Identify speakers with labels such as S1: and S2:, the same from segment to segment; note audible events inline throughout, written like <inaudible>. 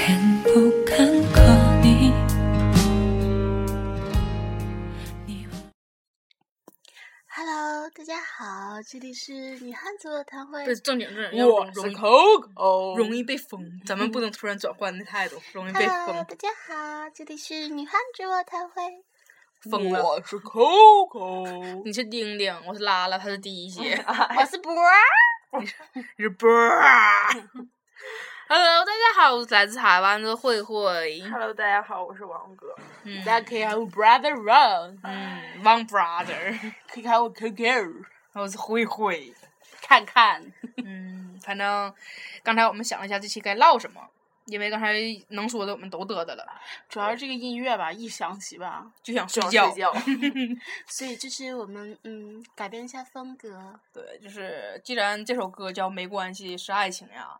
S1: 행복한 거니 네
S2: 大家好，这里是女汉子的谈话。
S3: 不是正经正经，要
S4: 我
S3: 容
S4: 是
S3: 容易
S4: 口口，
S3: 容易被
S4: <laughs>
S3: 封，咱们不能突然转换的态度，容易被
S4: 啊
S2: Hello，
S3: 封
S2: 大家好，这里是女汉子的谈话。
S3: 封了。
S4: 我是 Coco，
S3: 你是丁丁，我是拉拉，他是第一
S4: 哎
S3: 姐，
S2: 我是波儿，
S3: 你是波儿。Hello，大家好，我是来自台湾的慧慧。
S4: Hello，大家好，我是王哥。
S3: 嗯
S4: 大家可以喊我 Brother Run，
S3: 嗯，One Brother，
S4: <laughs> 可以喊我 QQ，
S3: 我是慧慧。
S4: 看 <laughs> 看。
S3: 嗯，反正刚才我们想了一下，这期该唠什么，因为刚才能说的我们都得的了，
S4: 主要是这个音乐吧，一响起吧，
S3: 就想睡
S4: 就
S3: 觉
S4: 想。睡觉。
S2: 所以就是我们嗯改变一下风格，
S3: 对，就是既然这首歌叫《没关系是爱情》呀，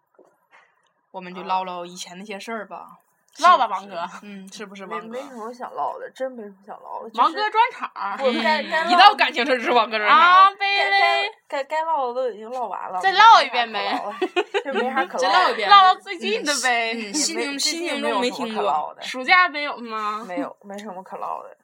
S3: 我们就唠唠以前那些事儿吧。
S4: 唠吧，王哥，
S3: <laughs> 嗯，是不是
S5: 没
S3: 王哥
S5: 没？什么想唠的，真没什么想唠的。就
S4: 王
S5: 是
S4: 哥专场。
S5: 我该该
S3: <laughs> 一
S5: 唠
S3: 到感情事儿就是王哥这儿
S4: 啊，
S3: 呢。
S4: 贝
S5: 该
S4: 贝
S5: 该，该该唠的都已经唠完了，
S4: 再
S5: 没
S4: 唠一
S5: 啥
S4: 遍
S5: 可
S4: 呗
S5: 唠了，就没啥可
S3: 再
S5: 唠
S3: 唠
S5: 的 <laughs>
S3: 一遍
S4: 唠到最近的
S3: 嗯，
S4: 呗。
S3: 新
S5: 没
S3: 听
S5: 最
S3: 新
S5: 近
S3: 听
S5: 没
S3: 众
S5: 有
S3: 没
S5: 什么
S3: 听
S5: 可
S3: 过，
S5: 唠的，
S4: 暑假没有吗？
S5: <laughs> 没有没什么可唠的，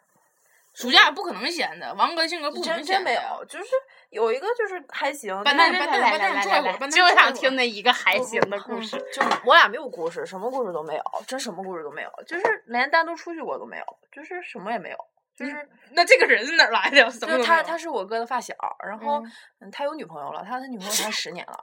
S3: 暑假不可能闲的，王哥性格不可
S5: 真
S3: 能
S5: 真
S3: 闲的
S5: 没
S3: 呀。
S5: 有，就是有一个就是还行，
S3: 班
S5: 但
S3: 蛋
S5: 是
S4: 来
S3: 班蛋
S4: 来
S3: 班
S4: 来
S3: 蛋
S4: 来
S3: 踹
S4: 来
S3: 我，
S4: 来
S3: 班蛋
S4: 就
S3: 踹
S4: 想
S3: 我
S4: 听那一个还行的故
S3: 嗯
S4: 事。
S5: 就我俩没有故事，什么故事都没有，真什么故事都没有，就是连单独出去过都没有，就是什么也没有，就是
S3: 那这个人是哪儿来的？什
S5: 就
S3: 么都
S5: 是
S3: 没
S5: 他
S3: 有
S5: 他是我哥的发小，然后嗯他有女朋友了，他的女朋友谈十年了。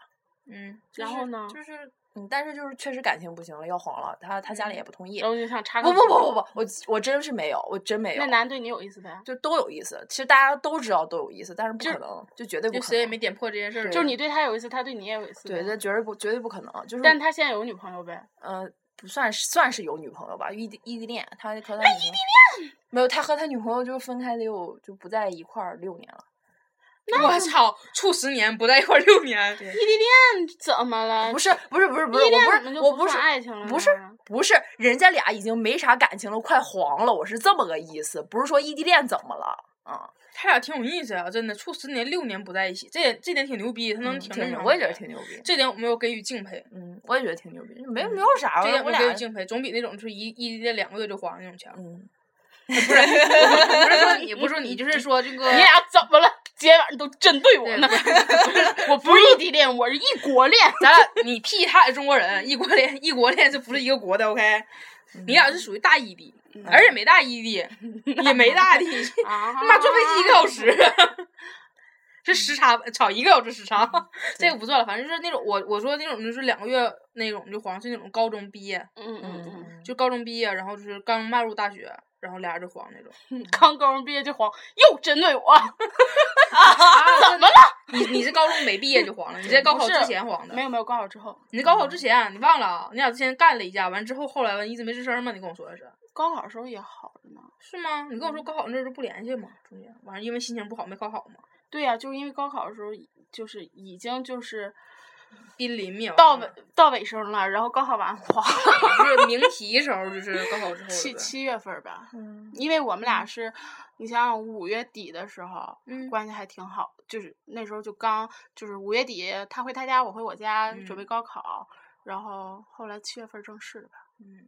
S3: 嗯，
S5: 就
S4: 然
S5: 是
S4: 后呢
S5: 就是，嗯，但是就是确实感情不行了，要黄了，他他家里也不同意。
S4: 然
S3: 哦
S4: 后就想插
S5: 不
S4: 个
S5: 不
S4: 嘴
S5: 不不不，我我真是没有，我真没有
S4: 那。男对你有意思呗？
S5: 就都有意思，其实大家都知道都有意思，但是不
S3: 就
S5: 可能，就绝对不
S3: 就
S5: 可能。
S3: 谁也没点破这件事儿。
S4: 就是你对他有意思，他对你也有意思。
S5: 对，这。绝对不绝对不可能。就是，
S4: 但他现在有女朋友呗？
S5: 呃，不算是算是有女朋友吧，异地异地恋，他和他女朋友没有，他和他女朋友就分开得有就不在一块儿六年了。
S3: 我操，处十年不在一块儿六年，
S4: 异地恋怎么了？
S5: 不是不是不是不
S4: 嗯异
S5: 是，
S4: 地
S5: 我
S4: 恋
S5: 不
S4: 怎么
S5: 是
S4: 就
S5: 我
S4: 不
S5: 是
S4: 算爱情了
S5: 不
S4: 呢
S5: 是不是，人家俩已经没啥感情了，快黄了，我是这么个意思，不是说异地恋怎么了啊？
S3: 他俩挺有意思啊，真的，处十年六年不在一起，这也这点挺牛逼，他能
S5: 嗯
S3: 挺这
S5: 挺
S3: 么
S5: 牛
S3: 长
S5: 我也
S3: 时
S5: 觉得
S3: 间
S5: 挺牛逼。
S3: 这点我没有给予敬佩，
S5: 嗯，我也觉得挺牛逼，没
S3: 嗯
S5: 没有啥，
S3: 这点给
S5: 我俩
S3: 予敬佩，总比那种就是一一恋两个月就黄那
S4: <laughs>
S3: 种强。
S5: 嗯，
S3: 不是，不是说你，不是说你，就是说这个
S4: 你俩怎么了？今天晚上都针对我呢？ <laughs> 我不是异地恋，我是异国恋。
S3: 咱俩你屁，他也是中国人，异国恋，异国恋是不是一个国的？OK，
S4: 嗯
S3: 你俩是属于大异地，而且没大
S4: <laughs>
S3: 异地，也没大地，
S4: 啊
S3: 他妈坐飞机一个小时， <laughs> 嗯这时差操一个小时时差，这个不算了，反正就是那种我我说那种就是两个月那种就黄是那种高中毕业，
S4: 嗯嗯
S5: 嗯
S3: 就高中毕业，然后就是刚迈入大学，然后俩人就黄那种。
S4: 嗯，刚高中毕业就黄，又针对我。
S3: 啊， <laughs> 怎么了？你你是高中没毕业就黄了，你在高考
S4: 不是
S3: 之前黄的
S4: 没。有没有，高考之后，
S3: 你高考之前，你忘了啊？你俩之前干了一架，完之后后来完一直没吱声吗？你跟我说的是
S4: 高考的时候也好着呢。
S3: 是吗？你跟我说高考那阵儿就不联系嘛，中间完了因为心情不好没考好嘛，
S4: 对呀、就是因为高考的时候，就是已经就是
S3: 濒临灭亡
S4: 到
S3: 了
S4: 尾到尾声了，然后高考完黄了。
S3: <laughs> 就是明题时候，就是高考之后
S4: 七
S3: 对
S4: 七月份儿吧，
S5: 嗯
S4: 因为我们俩是，你想想五月底的时候，
S3: 嗯
S4: 关系还挺好，就是那时候就刚就是五月底他回他家，我回我家，
S3: 嗯
S4: 准备高考，然后后来七月份儿正式的吧。
S5: 嗯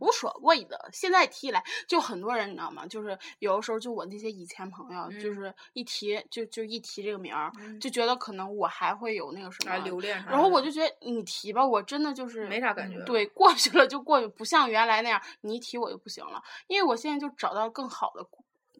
S4: 无所谓的，现在提起来就很多人，你知道吗？就是有的时候就我那些以前朋友，就
S3: 嗯
S4: 是一提就就一提这个名儿，
S3: 嗯
S4: 就觉得可能我还会有那个什么
S3: 啊留恋啥的。
S4: 然后我就觉得你提吧，我真的就是
S3: 没啥感觉了
S4: 对，过去了就过去，不像原来那样，你一提我就不行了，因为我现在就找到更好的，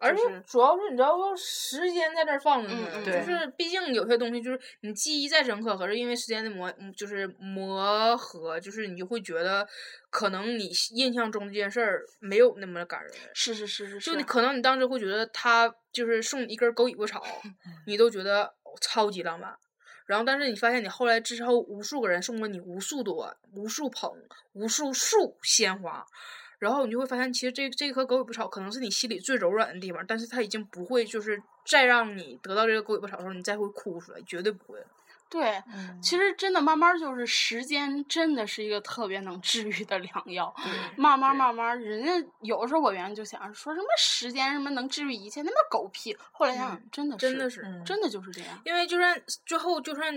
S3: 而
S4: 就
S3: 且
S4: 是
S3: 主要是你知道不，时间在这儿放着呢，
S4: 嗯嗯
S3: 就
S5: 对
S3: 是毕竟有些东西就是你记忆再深刻，可是因为时间的磨，嗯就是磨合，就是你就会觉得可能你印象中这件事儿没有那么感人。
S4: 是是是是是，
S3: 就你可能你当时会觉得他就是送你一根狗尾
S4: <laughs>
S3: 巴草，
S4: 嗯
S3: 你都觉得哦超级浪漫。然后，但是你发现你后来之后，无数个人送过你无数朵、无数捧、无数束鲜花，然后你就会发现，其实这这颗狗尾巴草可能是你心里最柔软的地方，但是它已经不会就是再让你得到这个狗尾巴草的时候，你再会哭出来，绝对不会
S4: 哦
S3: 了。
S4: 对。
S5: 嗯
S4: 其实真的慢慢就是时间，真的是一个特别能治愈的良药。慢慢
S3: 对
S4: 慢慢，人家有的时候我原来就想说什么时间什么能治愈一切，那么狗屁。后来想想，真的
S3: 嗯真的
S4: 是，
S3: 是，
S5: 嗯
S4: 真的就是这样。
S3: 因为就算最后就算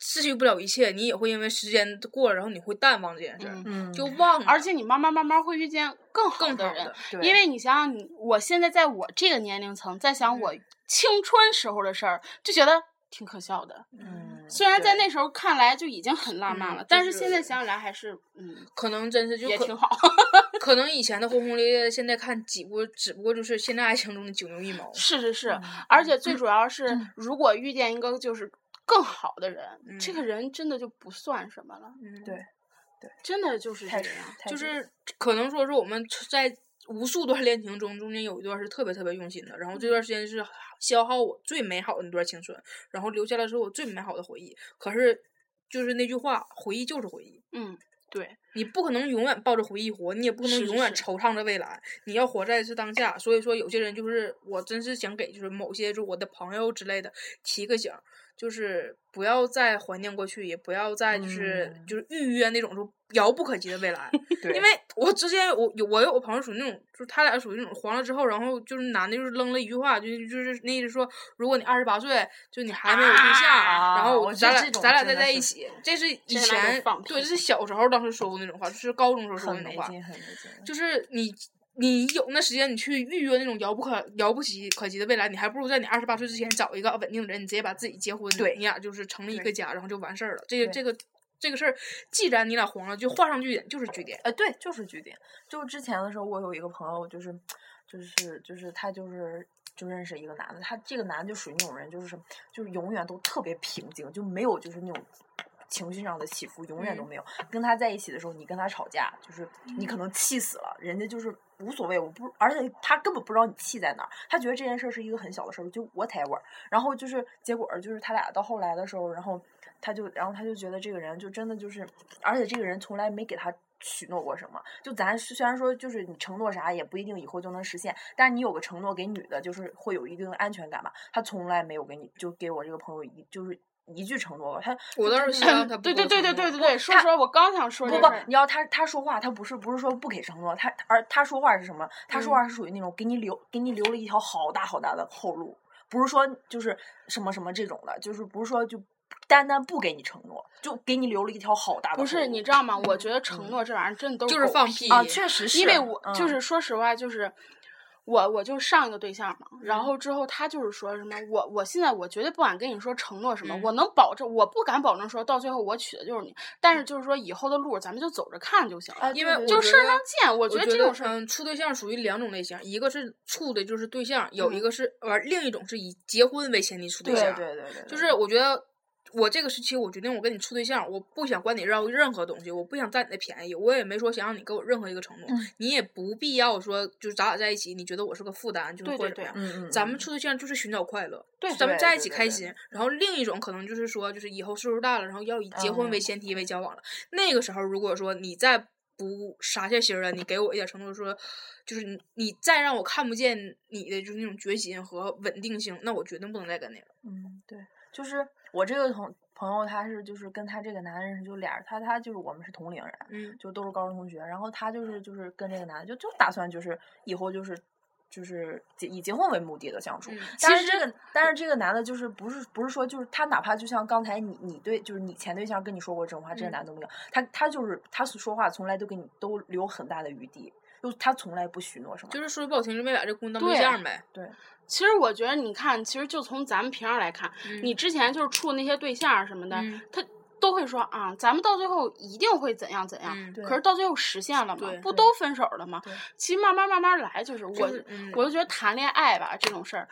S3: 失去不了一切，你也会因为时间过了，然后你会淡忘这件事儿，
S4: 嗯
S5: 嗯
S3: 就忘了。
S4: 而且你慢慢慢慢会遇见更好
S3: 更
S4: 的
S3: 好
S4: 人
S3: 的，
S5: 对
S4: 因为你想想你，我现在在我这个年龄层，在想我青春时候的事儿，就觉得挺可笑的。
S5: 嗯
S4: 虽然在
S5: 对
S4: 那时候看来就已经很浪漫
S3: 嗯
S4: 了，
S3: 就
S4: 但是现在
S3: 是
S4: 想起来还是，嗯，
S3: 可能真是就
S4: 也
S3: 可
S4: 挺好。
S3: 可能以前的轰轰烈烈，现在看只不过只不过就是现在爱情中的九牛一毛。
S4: 是是是，嗯而且最主要是，如果遇见一个就是更好的人，这
S3: 嗯
S4: 个人真的就不算什么了，
S3: 嗯
S5: 对
S4: 真的就是这
S5: 太
S4: 样。
S5: 太
S3: 就是可能说是我们处在无数段恋情中，中间有一段是特别特别用心的，然后
S4: 嗯
S3: 这段时间是消耗我最美好的那段青春，然后留下了是我最美好的回忆。可是就是那句话，回忆就是回忆。
S4: 嗯，对，
S3: 你不可能永远抱着回忆活，你也不可能
S4: 是是
S3: 永远
S4: 是
S3: 惆怅着未来，你要活在是当下。所以说，有些人就是我真是想给就是某些就我的朋友之类的提个醒儿，就是不要再怀念过去，也不要再就是、
S5: 嗯
S3: 就是预约那种说遥不可及的未来，
S5: 对
S3: 因为我之前我有我有个朋友属于那种，就是他俩属于那种黄了之后，然后就是男的就是扔了一句话，就是就是那意思说，如果你二十八岁，就你还没有对象，
S5: 啊
S3: 然后
S5: 我觉
S3: 咱
S5: 得
S3: 俩
S5: 这种
S3: 咱俩
S5: 真
S3: 再
S5: 的
S3: 在
S5: 是
S3: 一起，这是以
S4: 这是那种
S3: 前
S4: 放
S3: 对，
S4: 屁
S3: 这是小时候当时说过那种话，就是高中时候说
S5: 很
S3: 过那
S5: 没
S3: 种话，
S5: 劲，很没劲。
S3: 就是你。你有那时间，你去预约那种遥不可遥不及可及的未来，你还不如在你二十八岁之前找一个稳定的人，你直接把自己结婚，
S5: 对
S3: 你俩就是成立一
S5: 对
S3: 个家，然后就完事儿了。这个
S5: 对
S3: 这个这个事儿，既然你俩黄了，就画上句点，就是句点。
S5: 呃，对，就是据点。就之前的时候，我有一个朋友，就是，就是，就是他就是就认识一个男的，他这个男的就属于那种人，就是什么，就是永远都特别平静，就没有就是那种情绪上的起伏，永远都
S3: 嗯
S5: 没有。跟他在一起的时候，你跟他吵架，就是你可能气死了，人家就是无所谓，我不，而且他根本不知道你气在哪儿，他觉得这件事儿是一个很小的事儿，就 whatever。然后就是结果儿就是他俩到后来的时候，然后他就然后他就觉得这个人就真的就是，而且这个人从来没给他许诺过什么。就咱是虽然说就是你承诺啥也不一定以后就能实现，但是你有个承诺给女的，就是会有一定的安全感吧。他从来没有给你就给我这个朋友一就是一句承诺过，他
S3: 我
S5: 就
S3: 倒
S5: 真
S3: 是
S5: 的
S3: 希望他不
S4: 对对
S3: 给我
S4: 对对
S3: 承
S4: 对
S3: 诺
S4: 对对，说
S5: 他
S4: 说，我刚想说
S5: 不
S4: 这
S5: 不
S4: 事儿，
S5: 你要他他说话，他不是不是说不给承诺，他而他说话是什么？他说话是属于那种给你留给你留了一条好大好大的后路，不是说就是什么什么这种的，就是不是说就单单不给你承诺，就给你留了一条好大的后
S4: 不
S5: 路。
S4: 是你知道吗？我觉得承诺这玩意儿真的都
S3: 就是
S4: 狗
S3: 放
S4: 屁
S3: 屁
S5: 啊，确实是，
S4: 因为我
S5: 嗯
S4: 就是说实话，就是我我就上一个对象嘛，
S3: 嗯
S4: 然后之后他就是说什么我我现在我绝对不敢跟你说承诺什么，
S3: 嗯
S4: 我能保证我不敢保证说到最后我娶的就是你，但是就是说以后的路咱们就走着看就行了，
S5: 啊
S3: 因
S5: 对
S3: 为
S5: 对
S4: 就
S3: 嗯哎我
S5: 对
S3: 是
S4: 事
S3: 觉
S4: 儿
S3: 得
S4: 上见。我
S3: 我
S4: 觉得这种事儿
S3: 嗯，处对象属于两种类型，一个是处的就是对象，有一
S4: 嗯
S3: 个是而另一种是以结婚为前提处
S5: 对
S3: 象，
S5: 对对对，
S3: 就是我觉得。我这个时期，我决定我跟你处对象，我不想管你要任何东西，我不想占你的便宜，我也没说想让你给我任何一个承诺，
S5: 嗯
S3: 你也不必要说就是咱俩在一起，你觉得我是个负担，就是
S4: 对
S3: 或
S4: 对
S3: 者怎
S4: 对
S3: 么样。
S5: 嗯嗯，
S3: 咱们处对象就是寻找快乐，
S4: 对
S3: 咱们
S5: 对
S3: 在一
S5: 对
S3: 起
S5: 对
S3: 开
S5: 对
S3: 心。然后另一种可能就是说，就是以后岁数大了，然后要以结婚为
S5: 嗯
S3: 前提为交往了。那个时候，如果说你再不杀下心儿了，你给我一点承诺说，就是你你再让我看不见你的就是那种决心和稳定性，那我决定不能再跟你了。
S5: 嗯，对，就是我这个同朋友，他是就是跟他这个男人是就俩人，他他就是我们是同龄人，
S3: 嗯
S5: 就都是高中同学。然后他就是就是跟这个男的就就打算就是以后就是就是结以结婚为目的的相处。
S3: 嗯，
S5: 但是这个但是这个男的就是不是不是说就是他哪怕就像刚才你你对就是你前对象跟你说过这种话，这
S3: 嗯
S5: 个男的都没有。他他就是他说话从来都给你都留很大的余地，就他从来不许诺什么。
S3: 就是说不好听，就没把这姑娘当对
S4: 对
S3: 象呗。
S5: 对，
S4: 其实我觉得你看，其实就从咱们平常来看，
S3: 嗯
S4: 你之前就是处那些对象什么的，
S3: 嗯
S4: 他都会说啊，咱们到最后一定会怎样怎样。
S3: 嗯
S5: 对
S4: 可是到最后实现了吗
S3: 对？
S4: 不
S5: 对
S4: 都分手了吗
S5: 对？
S4: 其实慢慢慢慢来，就是我，
S3: 就是嗯
S4: 我就觉得谈恋爱吧这种事儿，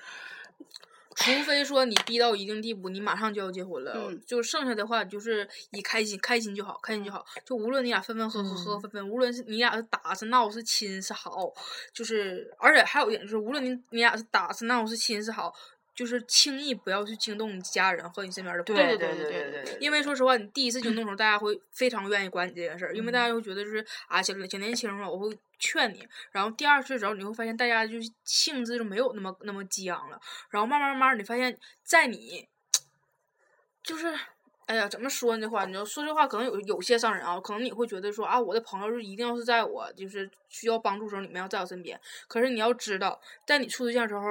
S3: 除非说你逼到一定地步，你马上就要结婚了，
S4: 嗯
S3: 就剩下的话就是以开心开心就好，开心就好。就无论你俩分分合合合
S5: 嗯
S3: 分分，无论是你俩是打是闹是亲是好，就是而且还有一点就是，无论你你俩是打是闹是亲是好，就是轻易不要去惊动你家人和你身边的朋友。
S5: 对
S4: 对对
S5: 对
S4: 对
S5: 对对，
S3: 因为说实话，你第一次行动的时候，大家会非常愿意管你这件事儿，因为大家会觉得就是啊，小小年轻嘛，我会劝你。然后第二次的时候，你会发现大家就是性子就没有那么那么激昂了。然后慢慢慢慢，你发现，在你就是。哎呀，怎么说呢？这话，你知道，说这话可能有有些伤人啊。可能你会觉得说啊，我的朋友是一定要是在我就是需要帮助的时候，你们要在我身边。可是你要知道，在你处对象的时候，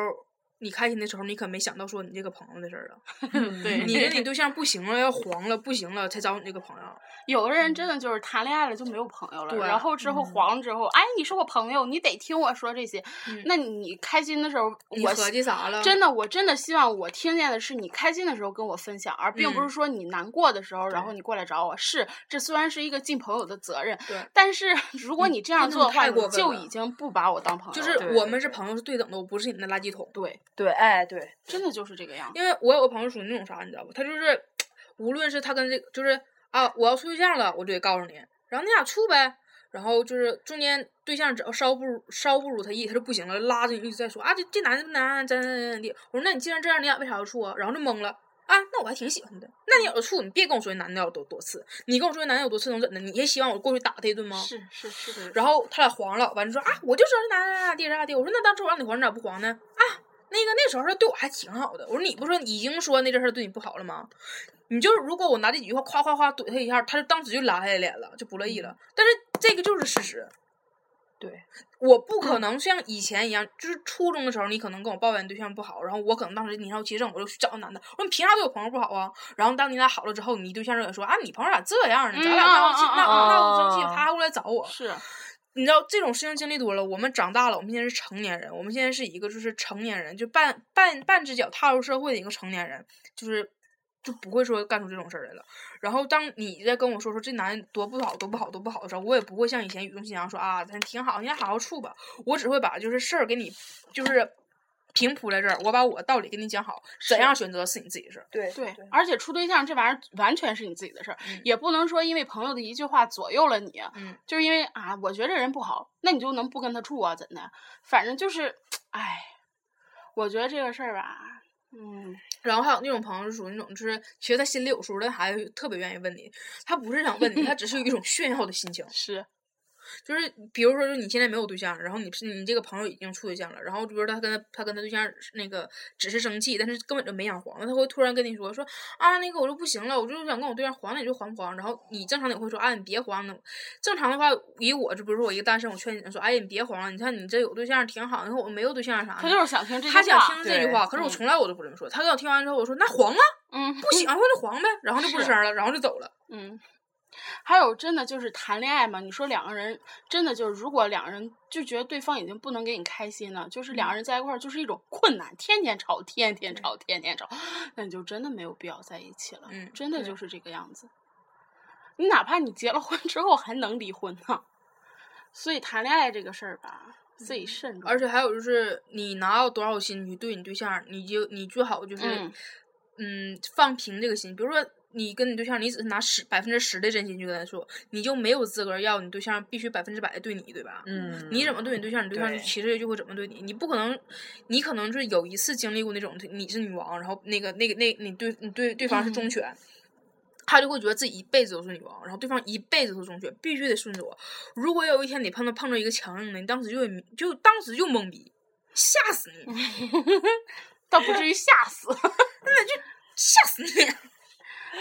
S3: 你开心的时候，你可没想到说你这个朋友的事儿啊。
S5: <laughs>
S4: 对
S3: 你跟你对象不行了，要黄了，不行了，才找你这个朋友。
S4: 有的人真的就是谈恋爱了就没有朋友了，
S3: 嗯对
S4: 然后之后黄了之后，哎，你是我朋友，你得听我说这些。
S3: 嗯
S4: 那你开心的时候，
S3: 你
S4: 我
S3: 合计啥了？
S4: 真的，我真的希望我听见的是你开心的时候跟我分享，而并不是
S3: 嗯
S4: 说你难过的时候，然
S3: 对
S4: 后你过来找我。是，这虽然是一个尽朋友的责任，
S3: 对。
S4: 但是如果
S3: 嗯
S4: 你这样
S3: 那
S4: 做的
S3: 太
S4: 话，
S3: 过
S4: 你
S3: 分
S4: 就
S3: 了
S4: 已经不把我当朋友
S3: 就
S4: 了。
S3: 是
S5: 对
S3: 我
S5: 对
S3: 们是
S5: 对
S3: 朋友是对等的，我不是你的垃圾桶。
S4: 对，
S5: 对，哎，对，
S4: 真的就是这个样子。
S3: 因为我有个朋友属于那种啥，你知道不？他就是无论是他跟这就是啊，我要处对象了，我就得告诉你，然后你俩处呗。然后就是中间对象只要稍不如稍不如他意，他就不行了，拉着你一直在说啊，这这男的不男，咱咱咱地。我说那你既然这样，你俩为啥要处啊？然后就懵了啊，那我还挺喜欢的。那你有的处，你别跟我说男的有多多次，你跟我说男的有多次能怎的？你也希望我过去打他一顿吗？
S4: 是是是，
S3: 然后他俩黄了，完了说啊，我就知道这男的咋地咋地。我说那当初我让你黄，你咋不黄呢？啊，那个那时候他对我还挺好的。我说你不说已经说那阵儿他对你不好了吗？你就如果我拿这几句话夸夸夸怼他一下，他就当时就拉下脸了，就不乐意了。但是这个就是事实。
S5: 对，
S3: 我不
S4: 嗯
S3: 可能像以前一样，就是初中的时候，你可能跟我抱怨你对象不好，然后我可能当时年少气盛，我就去找个男的，我说你凭啥对我朋友不好啊？然后当你俩好了之后，你对象就说啊，你朋友咋这样呢？咱俩
S4: 嗯
S3: 闹气，
S4: 啊啊
S3: 那
S4: 啊
S3: 那我生气，
S5: 啊
S3: 他还过来找我。
S4: 是
S3: 你知道这种事情经历多了，我们长大了，我们现在是成年人，我们现在是一个就是成年人，就半半半只脚踏入社会的一个成年人，就是就不会说干出这种事儿来了。然后当你在跟我说说这男人多不好多不好多不好的时候，我也不会像以前语重心长说啊，咱挺好，你俩好好处吧。我只会把就是事儿给你就是平铺在这儿，我把我道理给你讲好，怎
S4: 是
S3: 样选择是你自己的事儿。
S5: 对，
S4: 对，而且处对象这玩意儿完全是你自己的事儿，
S3: 嗯
S4: 也不能说因为朋友的一句话左右了你。
S3: 嗯，
S4: 就是因为啊，我觉得这人不好，那你就能不跟他处啊？怎的？反正就是，哎，我觉得这个事儿吧，嗯，
S3: 然后还有那种朋友是属于那种，就是其实他心里有数，但还特别愿意问你。他不是想问你，他只是有一种炫耀的心情。
S4: 是
S3: 就是比如说，就你现在没有对象，然后你是你这个朋友已经处对象了，然后比如他跟他他跟他对象是那个只是生气，但是根本就没想黄，他会突然跟你说说啊那个我就不行了，我就是想跟我对象黄了，你就黄不黄？然后你正常你会说啊你别黄了，正常的话以我就比如说我一个单身，我劝你说哎呀你别黄了，你看你这有对象挺好，你看我没有对象啥的。
S4: 他就是想听这句话，
S3: 嗯他想听这句
S5: 对
S3: 话，可是我
S4: 嗯
S3: 从来我都不这么说。他跟我听完之后，我说那黄啊，
S4: 嗯
S3: 不喜欢就黄呗，然后就不吱
S4: 是
S3: 声了，然后就走了。
S4: 嗯。还有，真的就是谈恋爱嘛？你说两个人真的就是，如果两个人就觉得对方已经不能给你开心了，就是两
S3: 嗯
S4: 个人在一块儿就是一种困难，天天吵，天天吵，天天吵，那你就真的没有必要在一起了。
S3: 嗯
S4: 真的
S5: 对
S4: 就是这个样子。你哪怕你结了婚之后还能离婚呢，所以谈恋爱这个事儿吧，自己慎重。
S3: 嗯而且还有就是，你拿到多少心去对你对象，你就你最好就是，
S4: 嗯
S3: 嗯放平这个心。比如说，你跟你对象，你只是拿十百分之十的真心去跟他说，你就没有资格要你对象必须百分之百的对你，对吧？
S5: 嗯，
S3: 你怎么对你对象，你对象就
S5: 对
S3: 其实就会怎么对你。你不可能，你可能是有一次经历过那种，你是女王，然后那个那个那你对你对对方是忠犬，他就会觉得自己一辈子都是女王，然后对方一辈子都是忠犬，必须得顺着我。如果有一天你碰到碰到一个强硬的，你当时就会迷就当时就懵逼，吓死你，
S4: 倒不至于吓死。 <laughs>
S3: 吓死你！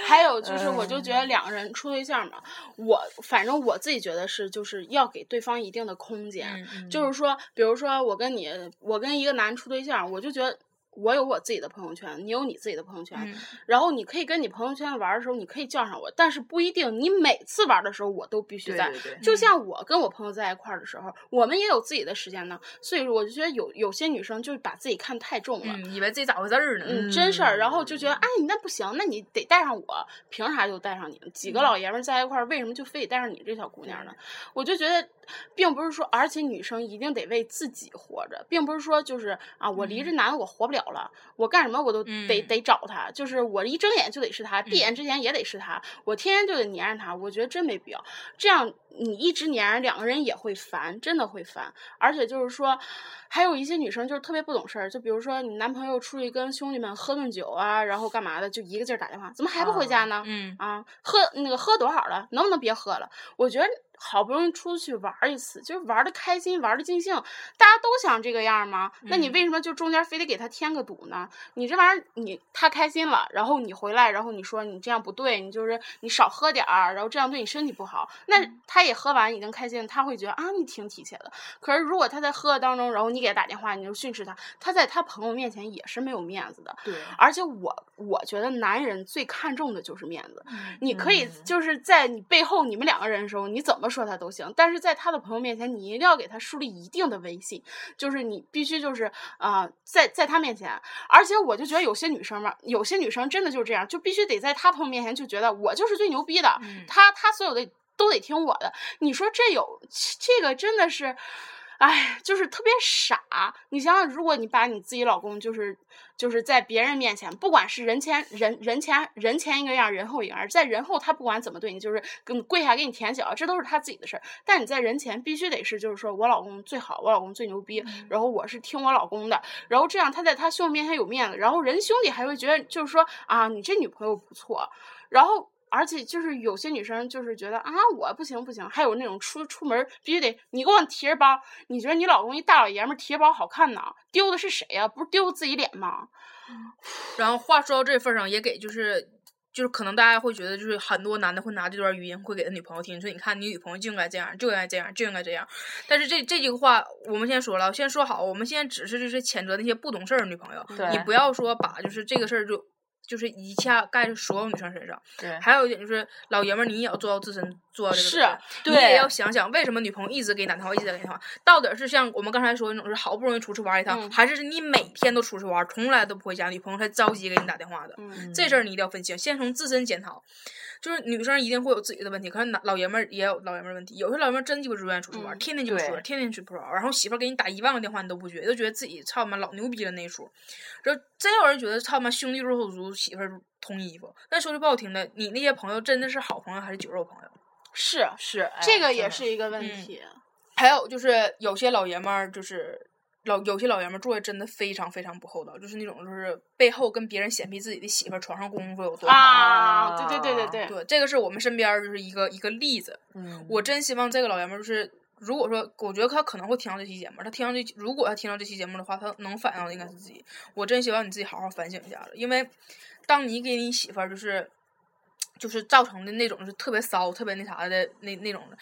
S4: 还有就是，我就觉
S3: 嗯
S4: 得两个人处对象嘛，我反正我自己觉得是，就是要给对方一定的空间。
S3: 嗯
S4: 就是说，比如说我跟你，我跟一个男处对象，我就觉得我有我自己的朋友圈，你有你自己的朋友圈，
S3: 嗯
S4: 然后你可以跟你朋友圈玩的时候，你可以叫上我，但是不一定你每次玩的时候我都必须
S5: 对
S4: 在。
S5: 对对
S4: 就像我跟我朋友在一块儿的时候，我们也有自己的时间呢，所以我就觉得有有些女生就把自己看太重了。
S3: 嗯，以为自己咋回事儿呢？
S4: 嗯，真事儿，然后就觉得，哎，你那不行，那你得带上我，凭啥就带上你？几个老爷们儿在一块儿，为什么就非得带上你这小姑娘呢？我就觉得，并不是说，而且女生一定得为自己活着，并不是说就是啊，我离这男的我活不了了，我干什么我都得、
S3: 嗯
S4: 得找他，就是我一睁眼就得是他，闭眼之前也得是他，我天天就得黏着他，我觉得真没必要。这样你一直黏着，两个人也会烦，真的会烦。而且就是说，还有一些女生就是特别不懂事儿，就比如说你男朋友出去跟兄弟们喝顿酒啊，然后干嘛的，就一个劲儿打电话，怎么还不回家呢？
S3: 嗯
S4: 啊，喝那个喝多少了？能不能别喝了？我觉得好不容易出去玩儿一次，就是玩的开心，玩的尽兴，大家都想这个样儿吗？那你
S3: 嗯
S4: 为什么就中间非得给他添个堵呢？你这玩意儿，你他开心了，然后你回来，然后你说你这样不对，你就是你少喝点儿，然后这样对你身体不好。那他也喝完已经开心了，他会觉得啊，你挺体贴的。可是如果他在喝的当中，然后你给他打电话，你就训斥他，他在他朋友面前也是没有面子的。
S3: 对，
S4: 而且我我觉得男人最看重的就是面子，
S3: 嗯
S4: 你可以
S5: 嗯
S4: 就是在你背后你们两个人的时候，你怎么说他都行，但是在他的朋友面前，你一定要给他树立一定的威信，就是你必须就是啊、呃在在他面前，而且我就觉得有些女生嘛，有些女生真的就是这样，就必须得在他朋友面前就觉得我就是最牛逼的，
S3: 嗯
S4: 他他所有的都得听我的。你说这有这个真的是，哎，就是特别傻。你想想，如果你把你自己老公就是就是在别人面前，不管是人前人人前人前一个样，人后一个样，在人后他不管怎么对你，就是跟跪下给你舔脚，这都是他自己的事儿。但你在人前必须得是，就是说我老公最好，我老公最牛逼，然后我是听我老公的，然后这样他在他兄弟面前有面子，然后人兄弟还会觉得就是说啊，你这女朋友不错，然后。而且就是有些女生就是觉得啊，我不行不行，还有那种出出门儿必须得你给我提着包，你觉得你老公一大老爷们儿提着包好看呐？丢的是谁呀、不是丢自己脸吗？
S3: 然后话说到这份儿上，也给就是就是可能大家会觉得，就是很多男的会拿这段语音会给他女朋友听，说你看你女朋友就应该这样，就应该这样，就应该这样。但是这这句话我们先说了，先说好，我们现在只是就是谴责那些不懂事儿的女朋友，
S5: 对
S3: 你不要说把就是这个事儿就。就是一下盖所有女生身上，
S5: 对
S3: 还有一点就是老爷们儿，你也要做到自身，做到这个
S4: 是
S3: 责任你
S5: 对
S3: 也要想想为什么女朋友一直给你打电话，一直给你打电话，到底是像我们刚才说的那种是好不容易出去玩一趟，
S4: 嗯
S3: 还是你每天都出去玩，从来都不回家，女朋友才着急给你打电话的？
S4: 嗯，
S3: 这事儿你一定要分清，先从自身检讨。就是女生一定会有自己的问题，可是男老爷们儿也有老爷们儿问题。有些老爷们儿真鸡巴就愿意出去玩，
S4: 嗯
S3: 天天就出去玩，
S5: 对
S3: 天天去不玩，然后媳妇儿给你打一万个电话你都不接，就觉得自己操他妈老牛逼了那一出。然后真有人觉得操他妈兄弟如手足，媳妇儿如同衣服。但说句不好听的，你那些朋友真的是好朋友还是酒肉朋友？
S4: 是
S5: 是哎
S4: 这个
S5: 真
S4: 也
S5: 的
S4: 是一个问
S3: 嗯
S4: 题。
S3: 还有就是有些老爷们儿就是。老有些老爷们儿做的真的非常非常不厚道，就是那种就是背后跟别人显摆自己的媳妇儿床上功夫有多好，
S4: 啊，对对对
S5: 啊
S4: 对对，
S3: 对，这个是我们身边儿就是一个一个例子。
S5: 嗯
S3: 我真希望这个老爷们儿就是，如果说我觉得他可能会听到这期节目，他听到这期如果他听到这期节目的话，他能反映到的应该是自己。我真希望你自己好好反省一下了，因为当你给你媳妇儿就是就是造成的那种就是特别骚、特别那啥的那那种的。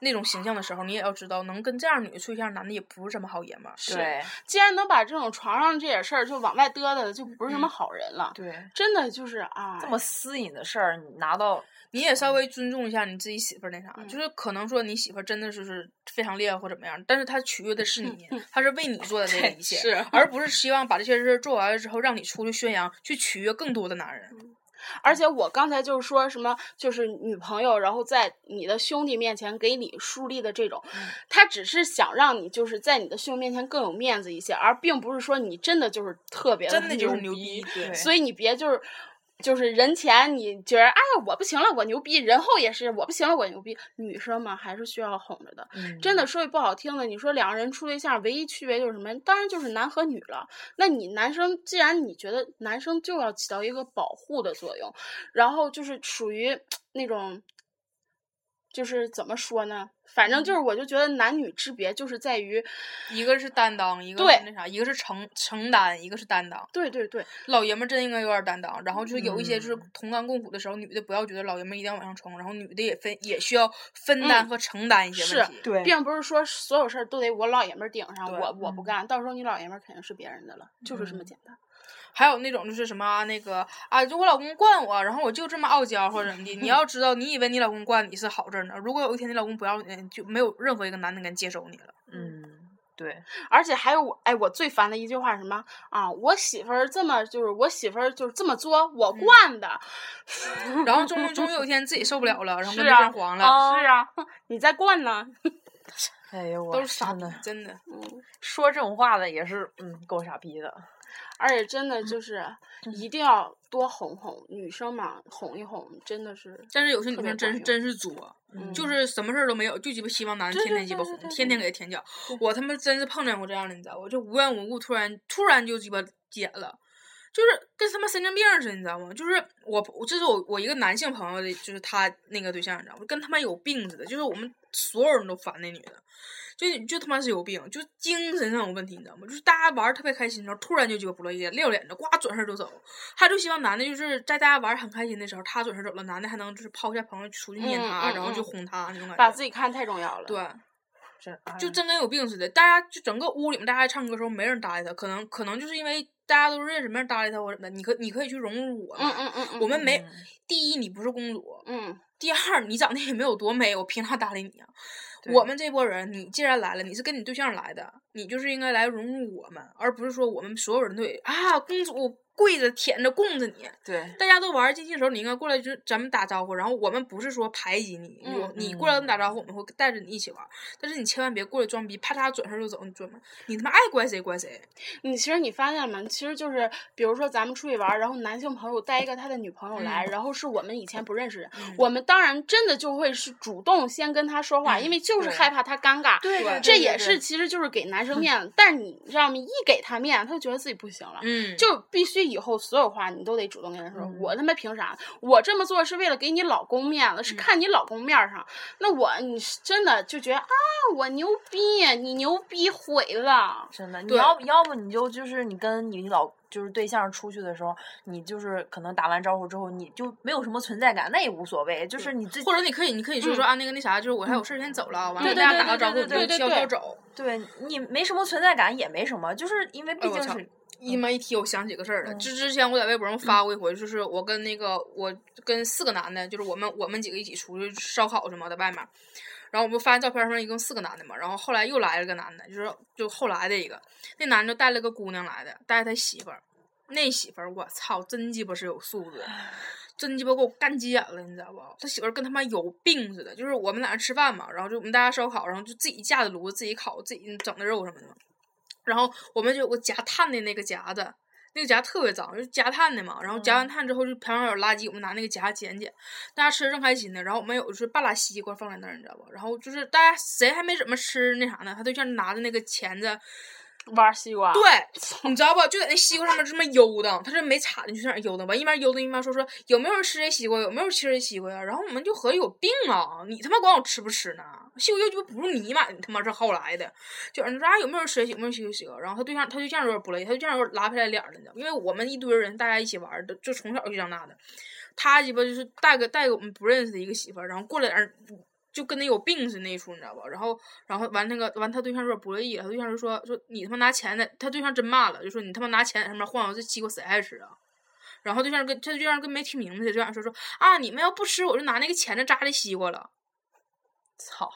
S3: 那种形象的时候，你也要知道，能跟这样女的处对象，男的也不是什么好爷们儿。
S5: 对
S4: 既然能把这种床上这点事儿就往外嘚的，就不是什么
S3: 嗯
S4: 好人了。
S5: 对，
S4: 真的就是啊，
S5: 这么私隐的事儿，你拿到
S3: 你也稍微尊重一下你自己媳妇儿那啥，
S4: 嗯
S3: 就是可能说你媳妇儿真的就是非常厉害或怎么样，但是她取悦的是
S4: <laughs>
S3: 你，她是为你做的这个一切，
S4: 是 <laughs>
S3: 而不是希望把这些事儿做完了之后让你出去宣扬，去取悦更多的男
S4: 嗯
S3: 人。
S4: 而且我刚才就是说什么，就是女朋友，然后在你的兄弟面前给你树立的这种，
S3: 嗯
S4: 他只是想让你就是在你的兄弟面前更有面子一些，而并不是说你真的就是特别
S3: 真的就是牛
S4: 牛
S3: 逼
S5: 对
S4: 所以你别就是。就是人前你觉得哎呀我不行了我牛逼，人后也是我不行了我牛逼，女生嘛还是需要哄着的。
S5: 嗯
S4: 真的说句不好听的，你说两个人处对象唯一区别就是什么？当然就是男和女了。那你男生既然你觉得男生就要起到一个保护的作用，然后就是属于那种，就是怎么说呢？反正就是我就觉得男女之别就是在于，
S3: 一个是担当，一个
S4: 对
S3: 是那啥，一个是承承担，一个是担当。
S4: 对对对，
S3: 老爷们儿真应该有点担当。然后就是有一些就是
S5: 嗯
S3: 同甘共苦的时候，女的不要觉得老爷们儿一定要往上冲，然后女的也分也需要分担
S4: 嗯
S3: 和承担一些
S4: 是
S3: 问题。
S5: 对
S4: 并不是说所有事儿都得我老爷们儿顶上，
S3: 对
S4: 我我不
S5: 嗯
S4: 干，到时候你老爷们儿肯定是别人的了，就是这么简单。
S3: 还有那种就是什么啊那个啊，就我老公惯我，然后我就这么傲娇或者怎么
S4: 嗯
S3: 地。你要知道，你以为你老公惯你是好事儿呢，如果有一天你老公不要你，就没有任何一个男的敢接受你了。
S5: 嗯对
S4: 而且还有我，哎，我最烦的一句话是什么啊？我媳妇儿这么就是我媳妇儿就是这么作，我
S3: 嗯
S4: 惯的。
S3: 然
S4: <laughs>
S3: 后终于终于有一天自己受不了了，然后跟
S4: 是
S3: 对
S4: 啊
S3: 象黄了，哦
S5: 啊
S4: 是啊， <laughs> 你在惯呢。
S5: 哎呦我
S3: 都是傻
S5: 真
S3: 逼
S5: 的，
S3: 真的。
S5: 说这种话的也是嗯够傻逼的，
S4: 而且真
S3: 嗯
S4: 的就是一定要多哄哄女生嘛，哄一哄真的是。
S3: 但是有些女
S4: 特别
S3: 生真
S4: 管
S3: 真是作，
S5: 嗯
S3: 就是什么事儿都没有，就鸡巴希望男的
S4: 对
S3: 天
S4: 对
S3: 天鸡
S4: 对
S3: 巴哄
S4: 对，对
S3: 天天给他舔脚。我他妈真是碰见过这样的，你知道，我就无缘无故突然突然就鸡巴急眼了。就是跟他妈神经病儿似的，你知道吗？就是我，我这是我我一个男性朋友的，就是他那个对象，你知道吗？跟他妈有病似的，就是我们所有人都烦那女的，就就他妈是有病，就精神上有问题，你知道吗？就是大家玩儿特别开心的时候，突然就觉得不乐意了，撂脸子，呱转身就走。他就希望男的就是在大家玩儿很开心的时候，他转身走了，男的还能就是抛下朋友出去撵
S4: 嗯
S3: 他，
S4: 嗯
S3: 然后就
S4: 嗯
S3: 哄他那种感觉。
S4: 把自己嗯看太重要了。
S3: 对，
S5: 真哎
S3: 就真跟有病似的。大家就整个屋里面，大家唱歌的时候没人搭理他，可能可能就是因为大家都认识，没人搭理他或者什么的。你可你可以去融入我
S4: 嗯
S3: 们，
S4: 嗯嗯嗯，
S3: 我们没
S5: 嗯
S3: 第一你不是公主，
S4: 嗯
S3: 第二你长得也没有多美，我凭啥搭理你啊？
S5: 对
S3: 我们这波人，你既然来了，你是跟你对象来的，你就是应该来融入我们，而不是说我们所有人都得啊公主跪着舔着供着你。
S5: 对
S3: 大家都玩儿尽兴的时候，你应该过来，就是咱们打招呼。然后我们不是说排挤你，
S4: 嗯
S3: 我你过来跟我们打招呼，我们会带着你一起玩儿。但是你千万别过来装逼，啪嚓转身就走，你转吗？你他妈爱怪谁怪谁。
S4: 你其实你发现吗？其实就是比如说咱们出去玩儿，然后男性朋友带一个他的女朋友来，
S3: 嗯
S4: 然后是我们以前不认识的，我们当然真的就会是主动先跟他说话，
S3: 嗯
S4: 因为就是
S5: 对
S4: 害怕他尴尬。
S5: 对对
S4: 这
S5: 对
S4: 也
S5: 对
S4: 是其实就是给男生面子，但是你知道吗？一给他面子，他就觉得自己不行了。
S3: 嗯就
S4: 就必须以后所有话你都得主动跟他说，我他妈凭啥？我这么做是为了给你老公面子，是看你老公面儿上。那我你是真的就觉得啊，我牛逼，你牛逼毁了。
S5: 真的，你
S3: 对
S5: 要要不你就就是你跟你老就是对象出去的时候，你就是可能打完招呼之后，你就没有什么存在感，那也无所谓，就是你最
S3: 或者你可以，你可以就说啊，那个那啥，就是我还有事儿先走了，完了
S5: 对
S3: 大家打个
S5: 对对
S3: 招呼，
S5: 对
S3: 你
S5: 对
S4: 对
S3: 就悄
S4: 对
S3: 悄走。
S5: 对你没什么存在感也没什么，就是因为毕
S3: 哎我
S5: 竟
S3: 操
S5: 是
S3: 一妈一提，我想起个事儿来。
S5: 嗯
S3: 之之前我在微博上发过一回，就是我跟那个我跟四个男的，就是我们我们几个一起出去烧烤什么的外面，然后我们发现照片上一共四个男的嘛，然后后来又来了个男的，就是就后来的一个，那男的带了个姑娘来的，带他媳妇儿，那媳妇儿我操，真鸡巴是有素质。真鸡巴给我干急眼了，你知道不？他媳妇儿跟他妈有病似的，就是我们在那儿吃饭嘛，然后就我们大家烧烤，然后就自己架的炉子，自己烤，自己整的肉什么的嘛。然后我们就有个夹炭的那个夹子，那个夹特别脏，就是夹炭的嘛。然后夹完炭之后，就旁边有垃圾，我们拿那个夹捡捡。大家吃的正开心呢，然后我们有就是半拉西瓜放在那儿，你知道不？然后就是大家谁还没怎么吃那啥呢，他对象拿着那个钳子，
S4: 玩西瓜，
S3: 对，你知道不？就在那西瓜上面这么悠荡，他这没插进去，在那儿悠荡吧，一边悠荡一边说说有没有人吃这西瓜，有没有人吃这西瓜呀？然后我们就合计有病啊，你他妈管我吃不吃呢？西瓜又鸡巴不是你买的，你他妈是后来的。就人说啊有没有人吃这西瓜，有没有人吃这西瓜？然后他对象他对象有点不乐意，他对象有点拉不下来脸儿了，你知道吗？因为我们一堆人大家一起玩儿的，就从小就长大的。他鸡巴就是带个带个我们不认识的一个媳妇儿，然后过来在那儿就跟那有病似的那一出，你知道吧？然后然后完那个完他对象有点不乐意了，他对象就说说你他妈拿钱在，他对象真骂了，就说你他妈拿钱在上面晃悠这西瓜谁爱吃啊？然后对象跟他对象跟没听明白似的，对象说说啊你们要不吃我就拿那个钳子扎这西瓜了。
S5: 操，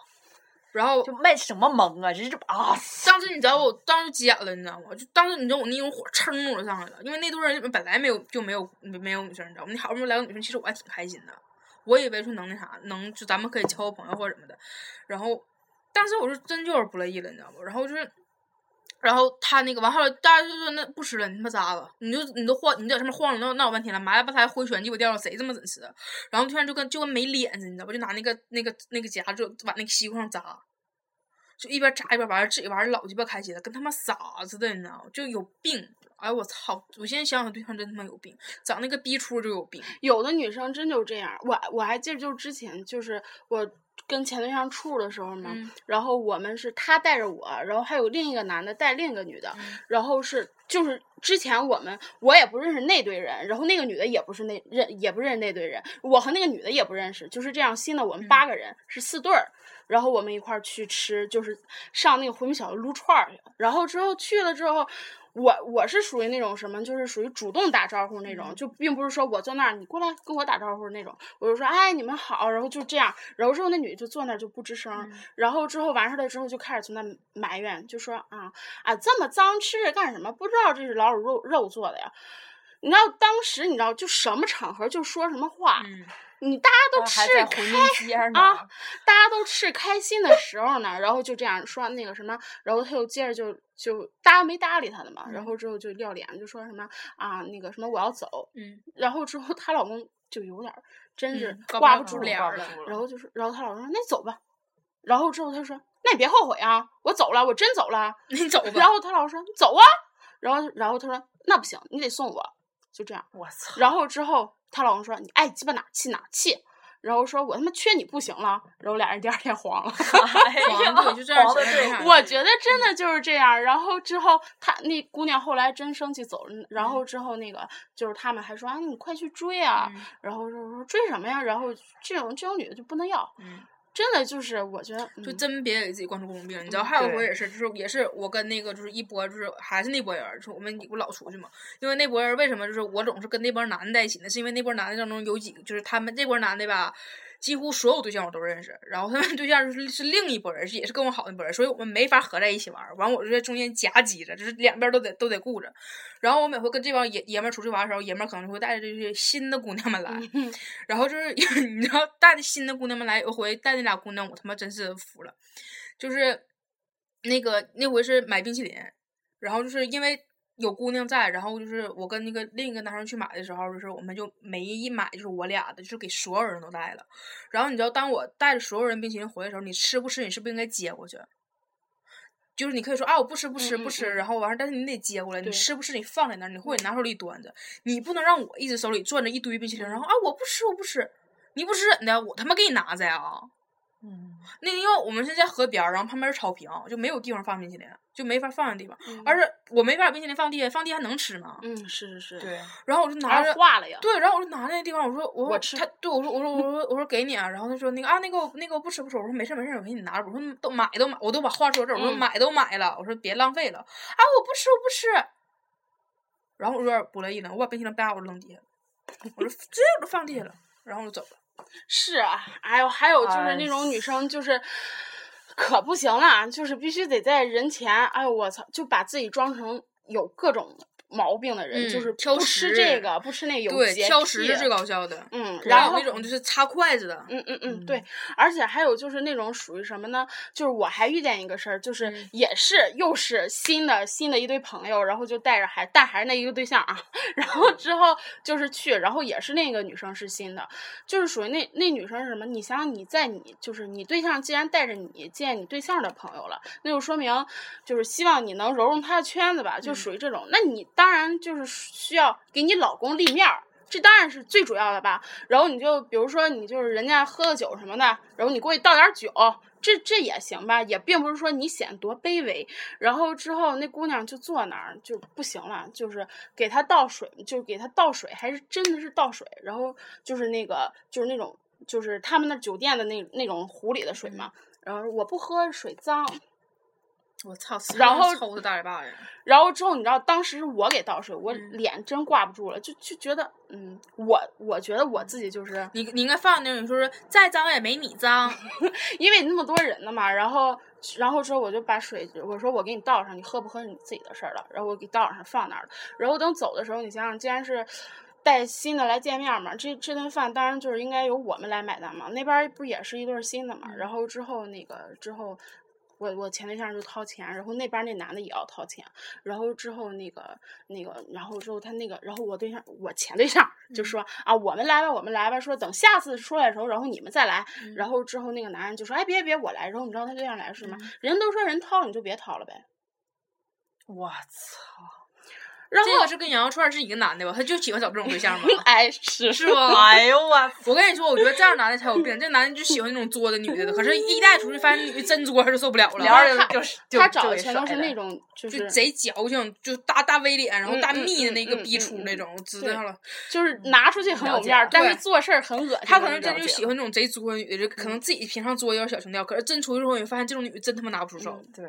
S3: 然后
S5: 就卖什么萌啊，这这
S3: <laughs>
S5: 啊，
S3: 当时你知道我当时急眼了，你知道吗？就当时你知道我那种火蹭我就上来了，因为那堆人里面本来没有就没有没有女生，你知道吗？那好不容易来个女生，其实我还挺开心的，我以为说能那啥，能就咱们可以交个朋友或者什么的。然后，但是我就真就是不乐意了，你知道吗？然后就是，然后他那个完后来大家就说那不吃了，你他妈扎吧，你就你都晃，你在上面晃了闹闹半天了，麻了吧台挥拳鸡巴掉了，谁这么准吃？然后突然就跟就跟没脸似的，你知道不？就拿那个那个那个夹就往那个西瓜上扎。就一边扎一边玩，自己玩老鸡巴开心了，跟他妈傻似的，你知道吗？就有病。哎我操！我现在想想，对象真他妈有病，长那个逼出就有病。
S4: 有的女生真就这样。我我还记得，就是之前就是我跟前对象处的时候嘛，
S3: 嗯
S4: 然后我们是他带着我，然后还有另一个男的带另一个女的，然后是就是之前我们我也不认识那堆人，然后那个女的也不是那认也不认识那堆人，我和那个女的也不认识，就是这样。新的我们八个人、是四对儿，然后我们一块儿去吃，就是上那个回民小路撸串儿去。然后之后去了之后。我我是属于那种什么，就是属于主动打招呼那
S5: 嗯
S4: 种，就并不是说我坐那儿你过来跟我打招呼那种，我就说哎你们好，然后就这样，然后之后那女的就坐那儿就不吱声儿，
S5: 嗯
S4: 然后之后完事儿了之后就开始从那埋怨，就说啊啊这么脏吃着干什么？不知道这是老鼠肉肉做的呀。你知道当时你知道就什么场合就说什么话，
S3: 嗯，
S4: 你大家都吃
S5: 哦还在
S4: 开
S5: 回民街呢，
S4: 啊大家都吃开心的时候呢，然后就这样说那个什么，然后他又接着就就大家没搭理他的嘛，然后之后就撂脸，就说什么啊那个什么我要走，
S3: 嗯，
S4: 然后之后她老公就有点儿真是
S3: 嗯
S4: 挂
S3: 不
S4: 不住
S3: 住脸
S4: 脸
S3: 儿
S4: 儿，
S3: 了。
S4: 然后就说，然后她老公说那你走吧，然后之后她说那你别后悔啊，我走了，我真走了，
S3: 你走
S4: 然
S3: 吧。
S4: 后她老公说你走啊，然后然后她说那不行，你得送我，就这样。
S5: 我
S3: <laughs>
S5: 操！
S4: 然后之后她老公说：“你爱鸡巴哪气哪气。”然后说：“我他妈缺你不行了。”然后俩人第二天黄了。
S5: 哎呀
S3: 黄对，就这样
S5: 黄的
S3: 形成
S5: 对
S3: 这样
S4: 我觉得真的就是这样。然后之后，她那姑娘后来真生气走了。然后之后，那个就是他们还说：“啊，你快去追啊！”
S3: 嗯
S4: 然后就是说追什么呀？然后这种这种女的就不能要。
S3: 嗯
S4: 真的就是，我觉得
S3: 就
S4: 嗯
S3: 真别给自己惯出公主病。你知道，还有一回
S5: 对
S3: 也是，就是也是我跟那个就是一波，就是还是那波人儿，就是我们我老出去嘛。因为那波人为什么就是我总是跟那波男的在一起呢？是因为那波男的当中有几个，就是他们这波男的吧，几乎所有对象我都认识，然后他们对象就是是另一拨人，是也是跟我好那拨人，所以我们没法合在一起玩儿。完，我就在中间夹击着，就是两边儿都得都得顾着。然后我每回跟这帮爷爷们儿出去玩儿的时候，爷们儿可能就会带着这些新的姑娘们来，
S4: 嗯
S3: 然后就是 <laughs> 你知道带着新的姑娘们来，有回带那俩姑娘，我他妈真是服了，就是那个那回是买冰淇淋，然后就是因为。有姑娘在，然后就是我跟那个另一个男生去买的时候，就是我们就每一买就是我俩的，就是给所有人都带了。然后你知道，当我带着所有人冰淇淋回来的时候，你吃不吃？你是不是应该接过去？就是你可以说啊，我不吃，不吃，
S4: 嗯嗯
S3: 不吃，
S4: 嗯
S3: 然后完事儿，但是你得接过来，你
S4: 对嗯
S3: 吃不吃？你放在那儿，你或者拿手里端着，你不能让我一直手里攥着一堆冰淇淋，然后啊，我不吃，我不吃，你不吃怎的？我他妈给你拿在啊！
S5: 嗯
S3: 那因为我们是在河边儿，然后旁边是草坪，就没有地方放冰淇淋，就没法放在地方，
S4: 嗯
S3: 而且我没法把冰淇淋放地下，放地下能吃吗？
S4: 嗯是是是，
S5: 对，
S3: 然后我就拿
S4: 而
S3: 着，
S4: 化了呀。
S3: 对，然后我就拿那个地方，我说我说
S4: 我吃
S3: 他对我说我说我说我说给你啊，然后他说那个啊那个我那个我不吃不吃，我说没事没事，我给你拿着，我说嗯都买都买，我都把话说这儿，我说
S4: 嗯
S3: 买都买了，我说别浪费了啊，我不吃我不吃，然后我有点不乐意了，我把冰淇淋啪我就扔地下了，我
S4: <laughs>
S3: 说直接我就放地下了，然后我就走了，
S4: 是啊，哎呦，还有就是
S5: 哎
S4: 那种女生就是。可不行了，就是必须得在人前，哎呦我操，就把自己装成有各种毛病的人，
S3: 嗯
S4: 就是
S3: 挑
S4: 不吃
S3: 食
S4: 这个，不吃那个，有
S3: 对，
S4: 洁
S3: 挑食
S4: 癖
S3: 是最高效的，
S4: 嗯，
S3: 然
S4: 然
S3: 后
S4: 后
S3: 那种就是擦筷子的，
S4: 嗯嗯嗯，
S5: 嗯
S4: 对，而且还有就是那种属于什么呢？就是我还遇见一个事儿，就是
S3: 嗯
S4: 也是又是新的新的一堆朋友，然后就带着还但还是那一个对象啊， <laughs> 然后之后就是去，然后也是那个女生是新的，就是属于那那女生是什么？你想想你在你就是你对象既然带着你见你对象的朋友了，那就说明就是希望你能融入他的圈子吧，就
S3: 嗯
S4: 属于这种。那你当然就是需要给你老公立面儿。这当然是最主要的吧，然后你就比如说你就是人家喝个酒什么的，然后你过去倒点儿酒，这这也行吧，也并不是说你显多卑微。然后之后那姑娘就坐那儿就不行了，就是给她倒水，就给她倒水，还是真的是倒水，然后就是那个就是那种就是他们那酒店的那那种壶里的水嘛。然后我不喝水脏，
S3: 我操，
S4: 然后
S3: 抽他大嘴巴子，
S4: 然后之后你知道，当时是我给倒水，我
S3: 嗯
S4: 脸真挂不住了，就就觉得，嗯，我我觉得我自己就是
S3: 你你应该放那种，你说说再脏也没你脏，
S4: 嗯因为那么多人呢嘛，然后然后之后我就把水，我说我给你倒上，你喝不喝是你自己的事儿了。然后我给倒上放那儿了。然后等走的时候，你想想，既然是带新的来见面嘛，这这顿饭当然就是应该由我们来买单嘛。那边儿不也是一对儿新的嘛？然后之后那个之后。我我前对象就掏钱，然后那边儿那男的也要掏钱，然后之后那个那个，然后之后他那个，然后我对象我前对象就说、啊，我们来吧，我们来吧，说等下次出来的时候，然后你们再来，然后之后那个男人就说：“哎，别别，我来。”然后你知道他对象来是什么？人都说人掏你就别掏了呗。
S3: <laughs>
S5: 我操！
S4: 然
S3: 这
S4: 后
S3: 个是跟羊肉串儿是一个男的吧？他就喜欢找这种
S4: <laughs>
S3: 对象嘛，
S4: 哎是
S3: 是吧？
S5: 哎呦我
S3: <laughs>
S5: 操！
S3: 我跟你说，我觉得这样男的才有病，这男的就喜欢那种作的女的，可是一带出去发现女的真作就受不了
S5: 聊
S3: 了。
S5: 着
S4: 他
S5: 就是
S4: 他找的全都是那，种就
S3: 就是贼矫情，就大大 V 脸，然后
S4: 嗯
S3: 大
S4: 嗯
S3: 蜜的那个
S4: 嗯嗯
S3: 逼出
S4: 嗯
S3: 那
S4: 嗯
S3: 种，我知
S4: 对
S3: 道了。
S4: 就是拿出去很有
S5: 了解
S4: 面儿
S5: 了，
S4: 但是
S3: 对
S4: 做事儿很恶心。
S3: 他可能真
S5: 了
S3: 就
S5: 解
S3: 喜欢那种贼作的女的，就可能
S4: 嗯
S3: 自己平常作有点小情调，可是真出去之后，你发现这种女的真他妈拿不出手，
S5: 对，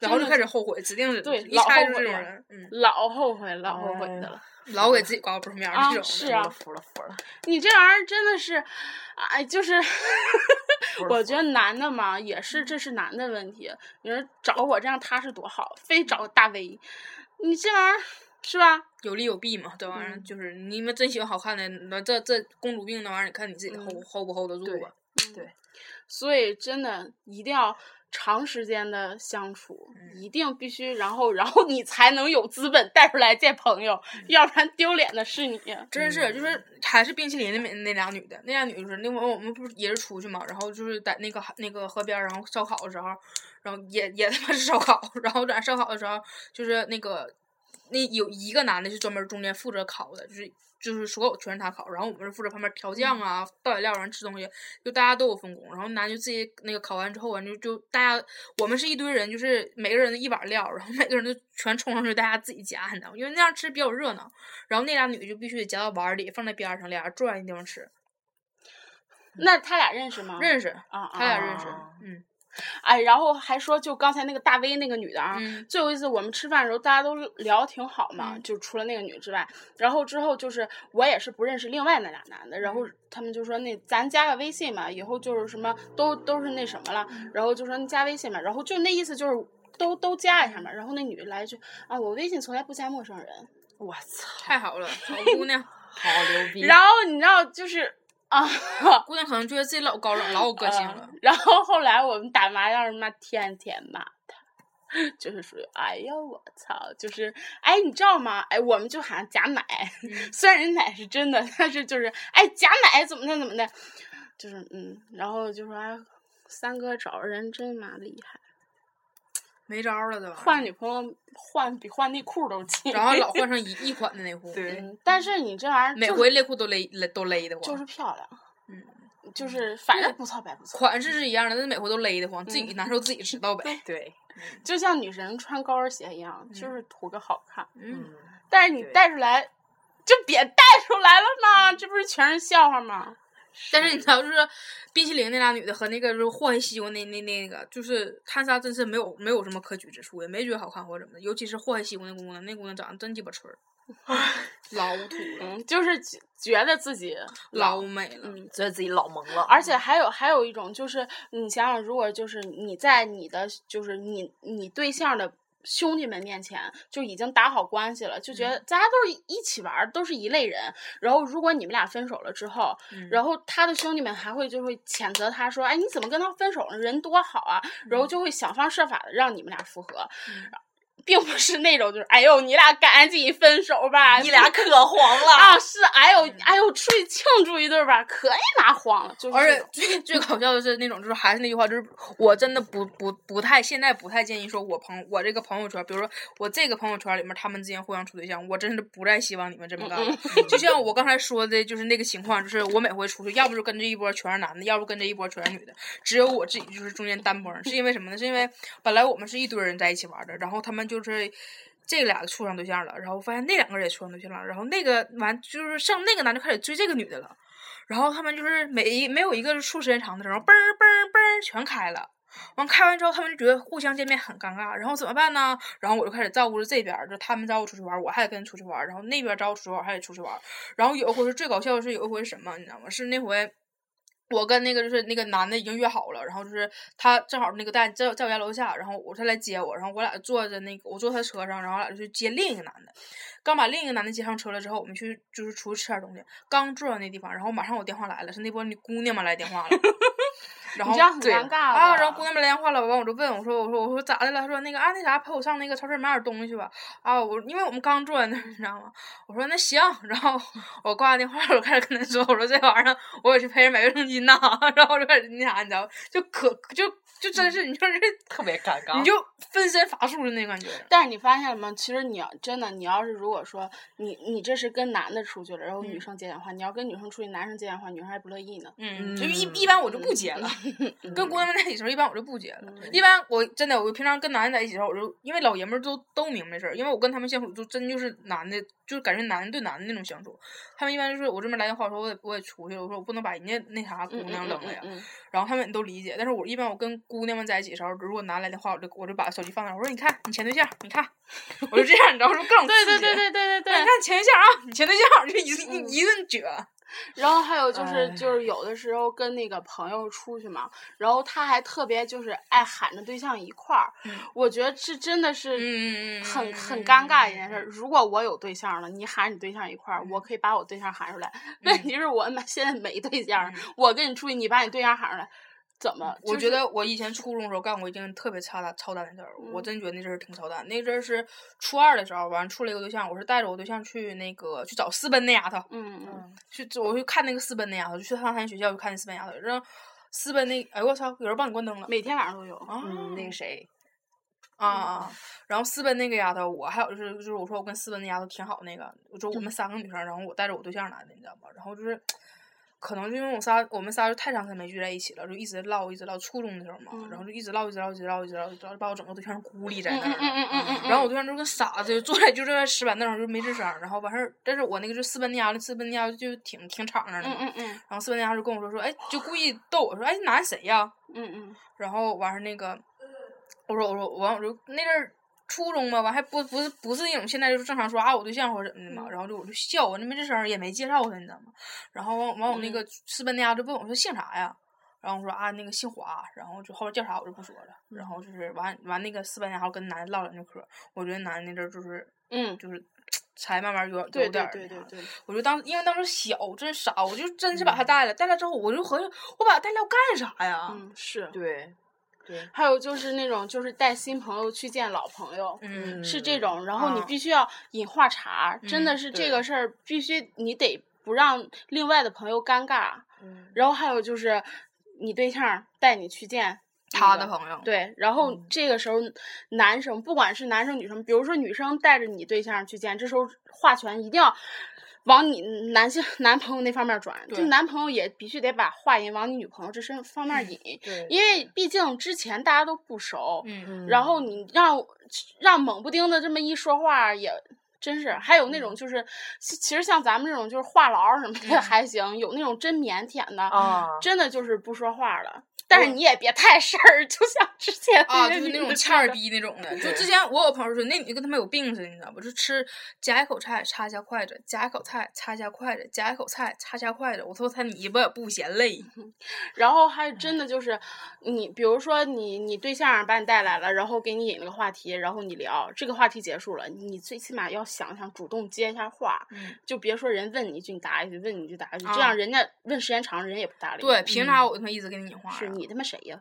S3: 然后
S4: 嗯
S3: 就
S4: 真的
S3: 开始后悔，指定是
S4: 对
S3: 一
S4: 老
S3: 猜
S4: 后
S3: 就是
S4: 悔
S3: 这种
S4: 了
S3: 人，嗯。
S4: 老后悔，老后悔的了。
S3: 老给自己刮不出面儿
S4: 啊
S3: 这种的。
S4: 是啊
S5: 服了服了
S4: 你这玩意儿真的是，哎，就是 <laughs>
S5: 服了。
S4: 我觉得男的嘛，也
S3: 嗯
S4: 是这是男的问题。你说找我这样踏实多好，非找个大 V，你这玩意儿是吧？
S3: 有利有弊嘛，这玩意儿
S4: 嗯
S3: 就是你们真喜欢好看的，那这这公主病那玩意儿，你看你自己 hold
S4: 嗯
S3: hold 不 hold 得住
S5: 对
S3: 吧？
S4: 所以真的一定要长时间的相处，
S3: 嗯
S4: 一定必须，然后然后你才能有资本带出来见朋友，
S3: 嗯
S4: 要不然丢脸的是你。
S3: 真是，就是还是冰淇淋那边那俩女的，那俩女的就是那会儿我们不是也是出去嘛，然后就是在那个海那个河边儿，然后烧烤 <laughs> 的时候，然后也也他妈是烧烤，然后在那烧烤的时候，就是那个那有一个男的是专门中间负责烤的，就是就是所有全是他烤，然后我们是负责旁边调酱啊、倒饮料，完吃东西，就大家都有分工。然后男就自己那个烤完之后，完就就大家我们是一堆人，就是每个人一碗料，然后每个人都全冲上去，大家自己夹，你知道吗？因为那样吃比较热闹。然后那俩女的就必须得夹到碗里，放在边儿上，俩人坐在那地方吃。
S4: 那他俩认识吗？
S3: 认识，
S4: 啊，
S3: 他俩认识
S5: 啊，
S3: 嗯
S4: 哎，然后还说就刚才那个大 V 那个女的啊，
S3: 嗯
S4: 最后一次我们吃饭的时候，大家都聊得挺好嘛，
S3: 嗯
S4: 就除了那个女之外，然后之后就是我也是不认识另外那俩男的，然后
S5: 嗯
S4: 他们就说那咱加个微信嘛，以后就是什么都都是那什么了，
S5: 嗯
S4: 然后就说你加微信嘛，然后就那意思就是都都加一下嘛，
S5: 嗯
S4: 然后那女的来一句啊，我微信从来不加陌生人，
S5: 我操，
S3: 太好了，好姑 <laughs> 娘，
S5: 好牛逼！
S4: 然后你知道就是啊。
S3: 姑娘可能觉得自己老高 <laughs> 冷，老有个性了
S4: 嗯。 <laughs> 然后后来我们打麻将，妈天天骂他， <laughs> 就是属于哎呦我操，就是哎你知道吗？哎我们就喊假奶，
S3: 嗯
S4: <laughs> 虽然人奶是真的，但是就是哎假奶怎么的怎么的，就是嗯，然后就说哎三哥找人真妈厉害，
S3: 没招儿了都。
S4: 换女朋友换比换内裤都勤。
S3: 嗯然后老换上一一款的内裤，
S5: 对，
S4: 嗯，但是你这玩意儿
S3: 每
S4: 就
S3: 回内裤都勒勒都勒得慌，
S4: 就是漂亮，
S3: 嗯，
S4: 就是反正不错白不错。
S3: 款式是一样的，但是每回都勒得慌，自己难受自己知道呗。
S5: 对，
S4: 就像女神穿高跟鞋一样，就是图个好看。
S3: 嗯，
S5: 嗯。
S4: 但是你
S5: 对
S4: 带出来，就别带出来了嘛，这不是全是笑话吗？
S3: 但是你知道，就是冰淇淋那俩女的和那个就是祸害西瓜那那那个，就是他仨真是没有没有什么可取之处，也没觉得好看或者怎么的。尤其是祸害西瓜那姑娘，那姑娘长得真鸡巴纯儿，哎老土了，
S4: 嗯，就是觉觉得自己，
S3: 老美了。
S4: 嗯，
S5: 觉得自己老萌了，
S4: 而且还有还有一种就是，你想想，如果就是你在你的就是你你对象的。兄弟们面前就已经打好关系了，就觉得大家都是一起玩儿，都是一类人。然后如果你们俩分手了之后，
S3: 嗯
S4: 然后他的兄弟们还会就会谴责他说：“哎，你怎么跟他分手了？人多好啊！”然后就会想方设法的让你们俩复合，
S3: 嗯
S4: <laughs> 并不是那种就是“哎呦，你俩赶紧分手吧”，
S3: 哎
S5: 你俩可黄了，
S4: 啊是“哎呦，哎呦，出去庆祝一顿吧”，可以拿黄了，就是
S3: 而
S4: 这
S5: <laughs>
S3: 且
S4: 种
S3: 最最搞笑的是那种，就是还是那句话，就是我真的不不不太现在不太建议说我朋我这个朋友圈，比如说我这个朋友圈里面他们之间互相处对象，我真是不再希望你们这么干了。就像我刚才说的，就是那个情况，就是我每回出去，要不就跟这一波全是男的，要不跟这一波全是女的，只有我自己就是中间单帮儿，是因为什么呢？是因为本来我们是一堆人在一起玩的，然后他们就是。这俩处上对象了，然后发现那两个人也处上对象了，然后那个完就是上那个男的开始追这个女的了，然后他们就是每一没有一个是处时间长的，然后嘣儿嘣儿嘣儿全开了。完开完之后，他们就觉得互相见面很尴尬，然后怎么办呢？然后我就开始照顾着这边儿，就他们找我出去玩儿，我还得跟出去玩儿，然后那边儿找我出去玩儿，我还得出去玩儿。然后有一回是最搞笑的是有一回是什么，你知道吗？是那回我跟那个就是那个男的已经约好了，然后就是他正好那个在在在我家楼下，然后我他来接我，然后我俩坐在那个我坐他车上，然后我俩就去接另一个男的。刚把另一个男的接上车了之后，我们去就是出去吃点东西。刚坐到那地方，然后马上我电话来了，是那波女姑娘们来电
S4: <laughs>
S3: 话了。然后
S4: 你这样很
S5: 对
S4: 尴尬
S3: 啊，
S4: 吧
S3: 然后姑娘们来电话了，完我就问我说我说我说咋的了？她说那个啊那啥陪我上那个超市买点东西吧。啊，我因为我们刚坐在那儿，你知道吗？我说那行，然后我挂完电话，我开始跟他说，我说这玩意儿我也去陪人买卫生巾呐，然后我就开始那啥，你知道吗，就可就就真是你就是
S5: 嗯特别尴尬。
S3: 你就分身乏术的那感觉。
S4: 但是你发现了吗？其实你要真的，你要是如果说你你这是跟男的出去了，然后女
S3: 嗯
S4: 生接电话，你要跟女生出去，男生接电话，女生还不乐意呢。
S3: 嗯，
S5: 嗯
S3: 就一一般我就不接了，跟姑娘们在一起的时候，一般我就不接了。
S5: 嗯
S3: 一般我真的，我平常跟男的在一起的时候，我就因为老爷们儿都都明白事儿，因为我跟他们相处就真就是男的，就是感觉男的对男的那种相处。他们一般就是我这边来电话说，我得我得出去了，我说我不能把人家那啥姑
S4: 嗯
S3: 娘扔了呀。
S4: 嗯嗯嗯
S3: 然后他们也都理解，但是我一般我跟姑娘们在一起的时候，如果男来电话，我就我就把手机放那儿，我说你看你前对象，你看， <laughs> 我就这样，你知道，我说各种
S4: 对对
S3: 刺激
S4: 对嗯对对对
S3: <laughs>
S4: 对。
S3: 你看前对象啊，你前对象， <laughs> 就一顿一顿撅，
S4: 然后还有就是
S5: 哎
S4: 就是有的时候跟那个朋友出去嘛，然后他还特别就是爱喊着对象一块儿，
S3: 嗯
S4: 我觉得这真的是
S3: 嗯，
S4: 很很尴尬一件事儿。如果我有对象了，你喊你对象一块儿，我
S3: 嗯
S4: 可以把我对象喊出来。问题是我们现在没对
S3: 嗯
S4: 象，我跟你出去，你把你对象喊出来，怎么？
S3: 我
S4: 就
S3: 觉
S4: 是
S3: 得我以前初中的时候干过一件特别操蛋操蛋的事儿，我
S4: 嗯
S3: 真觉得那阵儿挺操蛋。那阵儿是初二的时候，完处了一个对象，我是带着我对象去那个去找私奔那丫头，
S4: 嗯，嗯
S3: 去我去看那个私奔那丫头，就去上他学校去看那私奔丫头，让私奔那哎我操，有人帮你关灯了
S4: 每天晚上都有。
S3: 啊！
S5: 嗯，那个谁，
S3: 啊
S4: 哦
S3: 啊！然后私奔那个丫头，我还有就是就是我说我跟私奔那丫头挺好那个，我就我
S4: 嗯
S3: 们三个女生，然后我带着我对象来的，你知道吗？然后就是可能就因为我仨我们仨就太长时间没聚在一起了，就一直唠一直唠，初中的时候嘛，然后就一直唠一直唠一直唠一直唠，一直唠就把我整个对象孤立在
S4: 嗯嗯
S3: 那儿
S4: 嗯
S3: 了。
S4: 嗯嗯嗯，
S3: 然后我对象就跟傻子，就坐在就坐在石板凳上就没吱声儿，然后完事儿，但是我那个就私奔那丫头，私奔那丫头就挺挺敞亮的
S4: 嗯
S3: 嘛，
S4: 嗯嗯
S3: 然后私奔那丫头就跟我说说，哎，就故意逗我说，哎，你男谁呀、
S4: 嗯嗯
S3: 然后完事儿那个，我说我说完我就那阵儿初中嘛，完还不不是不是那种现在就是正常说啊我对象或者怎么的嘛，然后就我就笑，我那没吱声儿也没介绍他，你知道吗？然后完完我那
S4: 嗯
S3: 个私奔那家就问我说姓啥呀？然后我说啊那个姓华，然后就后边叫啥我就不说了。然后就是完完那个私奔那家伙跟男的唠两句嗑儿，我觉得男的那阵儿就是
S4: 嗯，
S3: 就是才慢慢有
S4: 对
S3: 有点
S4: 对
S3: 儿
S4: 对
S3: 那
S4: 对对，
S3: 啥我就当因为当时小真傻，我就真是把他带了，带了之后我就合计我把他带来要干啥呀？
S4: 嗯是。
S5: 对，对，
S4: 还有就是那种就是带新朋友去见老朋友，
S3: 嗯
S4: 是这种，然后你
S3: 啊嗯
S4: 必须要引话茬，真的是这
S5: 对
S4: 个事儿必须你得不让另外的朋友尴尬。
S5: 嗯，
S4: 然后还有就是你对象儿带你去见
S3: 他
S4: 那
S3: 的
S4: 个
S3: 朋友。
S4: 对，然后
S5: 嗯
S4: 这个时候，男生不管是男生女生，比如说女生带着你对象去见，这时候话权一定要往你嗯男性男朋友那方面转，就
S3: 对
S4: 男朋友也必须得把话音往你女朋友这身方
S3: 嗯
S4: 面引，
S5: 对，
S4: 因为毕竟之前大家都不熟，
S3: 嗯，
S4: 然后你让让猛不丁的这么一说话也。真是，还有那种就是，其其实像咱们这种就是话痨儿什么的
S3: 嗯哦
S4: 还行，有那种真腼腆的，
S5: 啊，
S4: 真的就是不说话了。但是你也别太事儿，就像之前
S5: <laughs>
S3: 啊，
S4: 个
S3: 就是
S4: 女
S3: 那种
S4: 的
S3: 欠儿
S4: 似的。
S3: 逼那种的。就
S5: 对
S3: 之前我有朋友说，那女的跟他们有病似的，你知道不？就吃夹一口菜，插一下筷子；夹一口菜，插一下筷子；夹一口菜，插一下筷子。我说他你也不嫌累，
S4: 然后还真的就是，你比如说你你对象把你带来了，然后给你引了个话题，然后你聊这个话题结束了，你最起码要想想主动接一下话，
S3: 嗯
S4: 就别说人问你一句你答一句，问你一句答一句，这
S3: 啊
S4: 样人家问时间长了人也不搭理你。嗯
S3: 对，凭
S5: 嗯
S3: 啥我他妈一直跟你讲话
S4: 是
S3: 呀？
S4: 你他妈谁呀？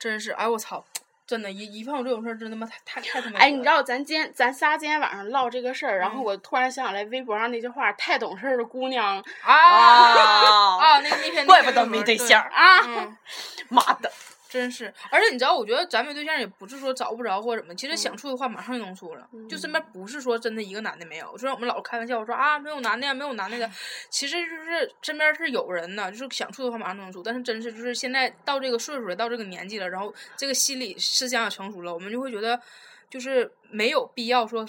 S3: 真是，哎我操，真的，一一碰这种事儿，真他妈太太太他妈……
S4: 哎，你知？道咱今天咱仨今天晚上唠这个事儿，然后
S3: 嗯
S4: 我突然想起来微博上那句话：“太懂事儿的姑娘
S3: 啊啊，那那天
S5: 怪不得没对象，儿，
S4: 啊。”
S3: 嗯，
S5: 妈的，
S3: 真是。而且你知道，我觉得咱没对象也不是说找不着或者怎么，其实
S4: 嗯
S3: 想处的话马上就能处了。就身边不是说真的一个男的没有，就像我们老开玩笑说啊没有男的呀，没有男的的，其实就是身边是有人的，就是想处的话马上就能处。但是真是就是现在到这个岁数了，到这个年纪了，然后这个心理思想也成熟了，我们就会觉得就是没有必要说。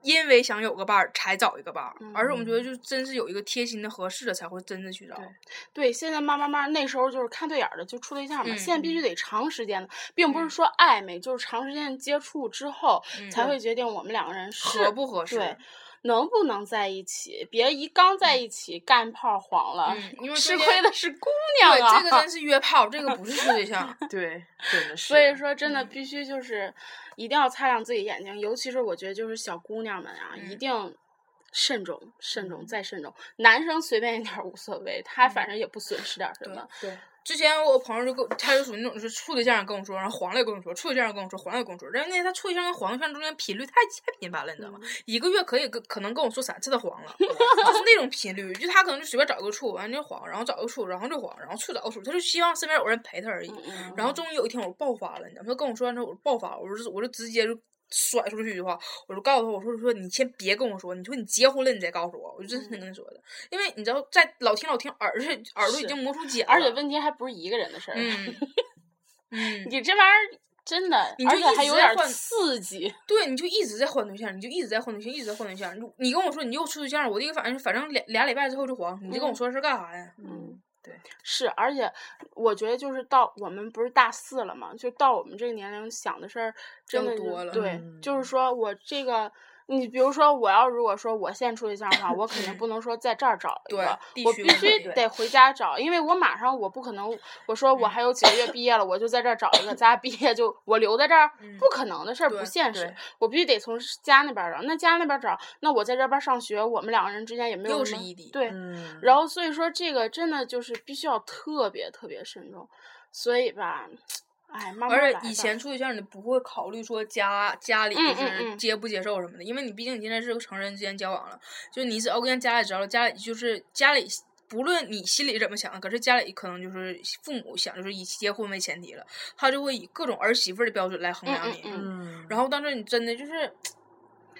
S3: 因为想有个伴儿才找一个伴儿，
S4: 嗯
S3: 而是我们觉得就真是有一个贴心的、合适的才会真的去找。
S4: 对，现在慢慢慢，那时候就是看对眼儿的就处对象嘛。
S3: 嗯
S4: 现在必须得长时间的，并不是
S3: 嗯
S4: 说暧昧，就是长时间接触之后、
S3: 嗯
S4: 才会决定我们两个人是
S3: 合不合适？
S4: 对，能不能在一起。别一刚在一起干炮黄了，
S3: 嗯，因为
S4: 啊吃
S3: 中间
S4: 亏的是姑娘啊。
S3: 对，这个真是约
S4: <laughs>
S3: 炮，这个不是处对象。
S5: 对，真的是，
S4: 所以说，真
S3: 嗯
S4: 的必须就是一定要擦亮自己眼睛，尤其是我觉得就是小姑娘们啊，一
S3: 嗯
S4: 定慎重、慎重再慎重。男生随便一点儿无所谓，他反正也不损失点儿什
S3: 嗯对
S4: 么。
S3: 之前我有朋友就跟我，他就属于那种就是处对象跟我说，然后黄了也跟我说，处对象也跟我说，黄了也跟我说，人家他处对象跟黄对象中间频率太太频繁了，你知道
S4: 嗯
S3: 吗？一个月可以跟可能跟我说三次他黄了，就是那种频率，就他可能就随便找一个处，完了就黄，然后找一个处，然后就黄，然后处找个处，他就希望身边有人陪他而已。
S4: 嗯
S3: 然后终于有一天我爆发了，你知道吗？他跟我说完之后我就爆发了，我就我就直接就甩出去一句话，我就告诉他我说我说你先别跟我说，你说你结婚了你再告诉我，我就真是跟他说的，因为你知道在老听老听耳朵耳
S4: 嗯
S3: 朵已
S4: 是
S3: 经磨出茧了，
S4: 而且问题还不是一个人的事儿， <laughs>
S3: 嗯嗯，
S4: 你这玩意儿真的，
S3: 你
S4: 而
S3: 就
S4: 且
S3: 一
S4: 还
S3: 直
S4: 有
S3: 在
S4: 点
S3: 换
S4: 刺激。
S3: 对，你就一直在换对象，你就一直在换对象，一直在换对象。你你跟我说你又处对象了，我第一个反应是，反正俩俩礼拜之后就黄，你就跟我说是干啥呀？
S5: 嗯，
S4: 是，而且我觉得就是到我们不是大四了嘛，就到我们这个年龄想的事儿真
S3: 要
S4: 的就
S3: 多了
S4: 对，
S5: 嗯
S4: 就是说我这个。你比如说，我要如果说我现处对象的话，我肯定
S3: <clears throat>
S4: 不能说在这儿找一
S3: 对
S4: 个，
S3: 必
S4: 我
S3: 须
S4: 必
S3: 不
S4: 须
S3: 能
S4: 得回家找，因为我马上我不可能，我说
S3: 嗯
S4: 我还有几个月毕业了，我就在这儿找
S3: <laughs>
S4: 一个，咱俩毕业就我留在这儿，
S3: 嗯
S4: 不可能的事儿，不
S3: 对
S4: 现实
S5: 对。
S4: 我必须得从家那边儿找，那家那边儿找，那我在这边儿上学，我们两个人之间也没有
S3: 又
S4: 什
S3: 是
S4: 么
S3: 异地
S4: 对，
S5: 嗯，
S4: 然后所以说这个真的就是必须要特别特别慎重，所以吧，哎，慢慢
S3: 而
S4: 来
S3: 且以
S4: 吧
S3: 前处对象你不会考虑说家家里
S4: 嗯
S3: 就
S4: 嗯
S3: 是
S4: 嗯
S3: 接不接受什么的，因为你毕竟你现在是个成人之间交往了，就你只要跟家里知道了，家里就是家里不论你心里怎么想的，可是家里可能就是父母想就是以结婚为前提了，他就会以各种儿媳妇儿的标准来
S4: 嗯
S3: 衡量
S4: 嗯
S3: 你。
S4: 嗯
S5: 嗯，
S3: 然后，但是你真的就是，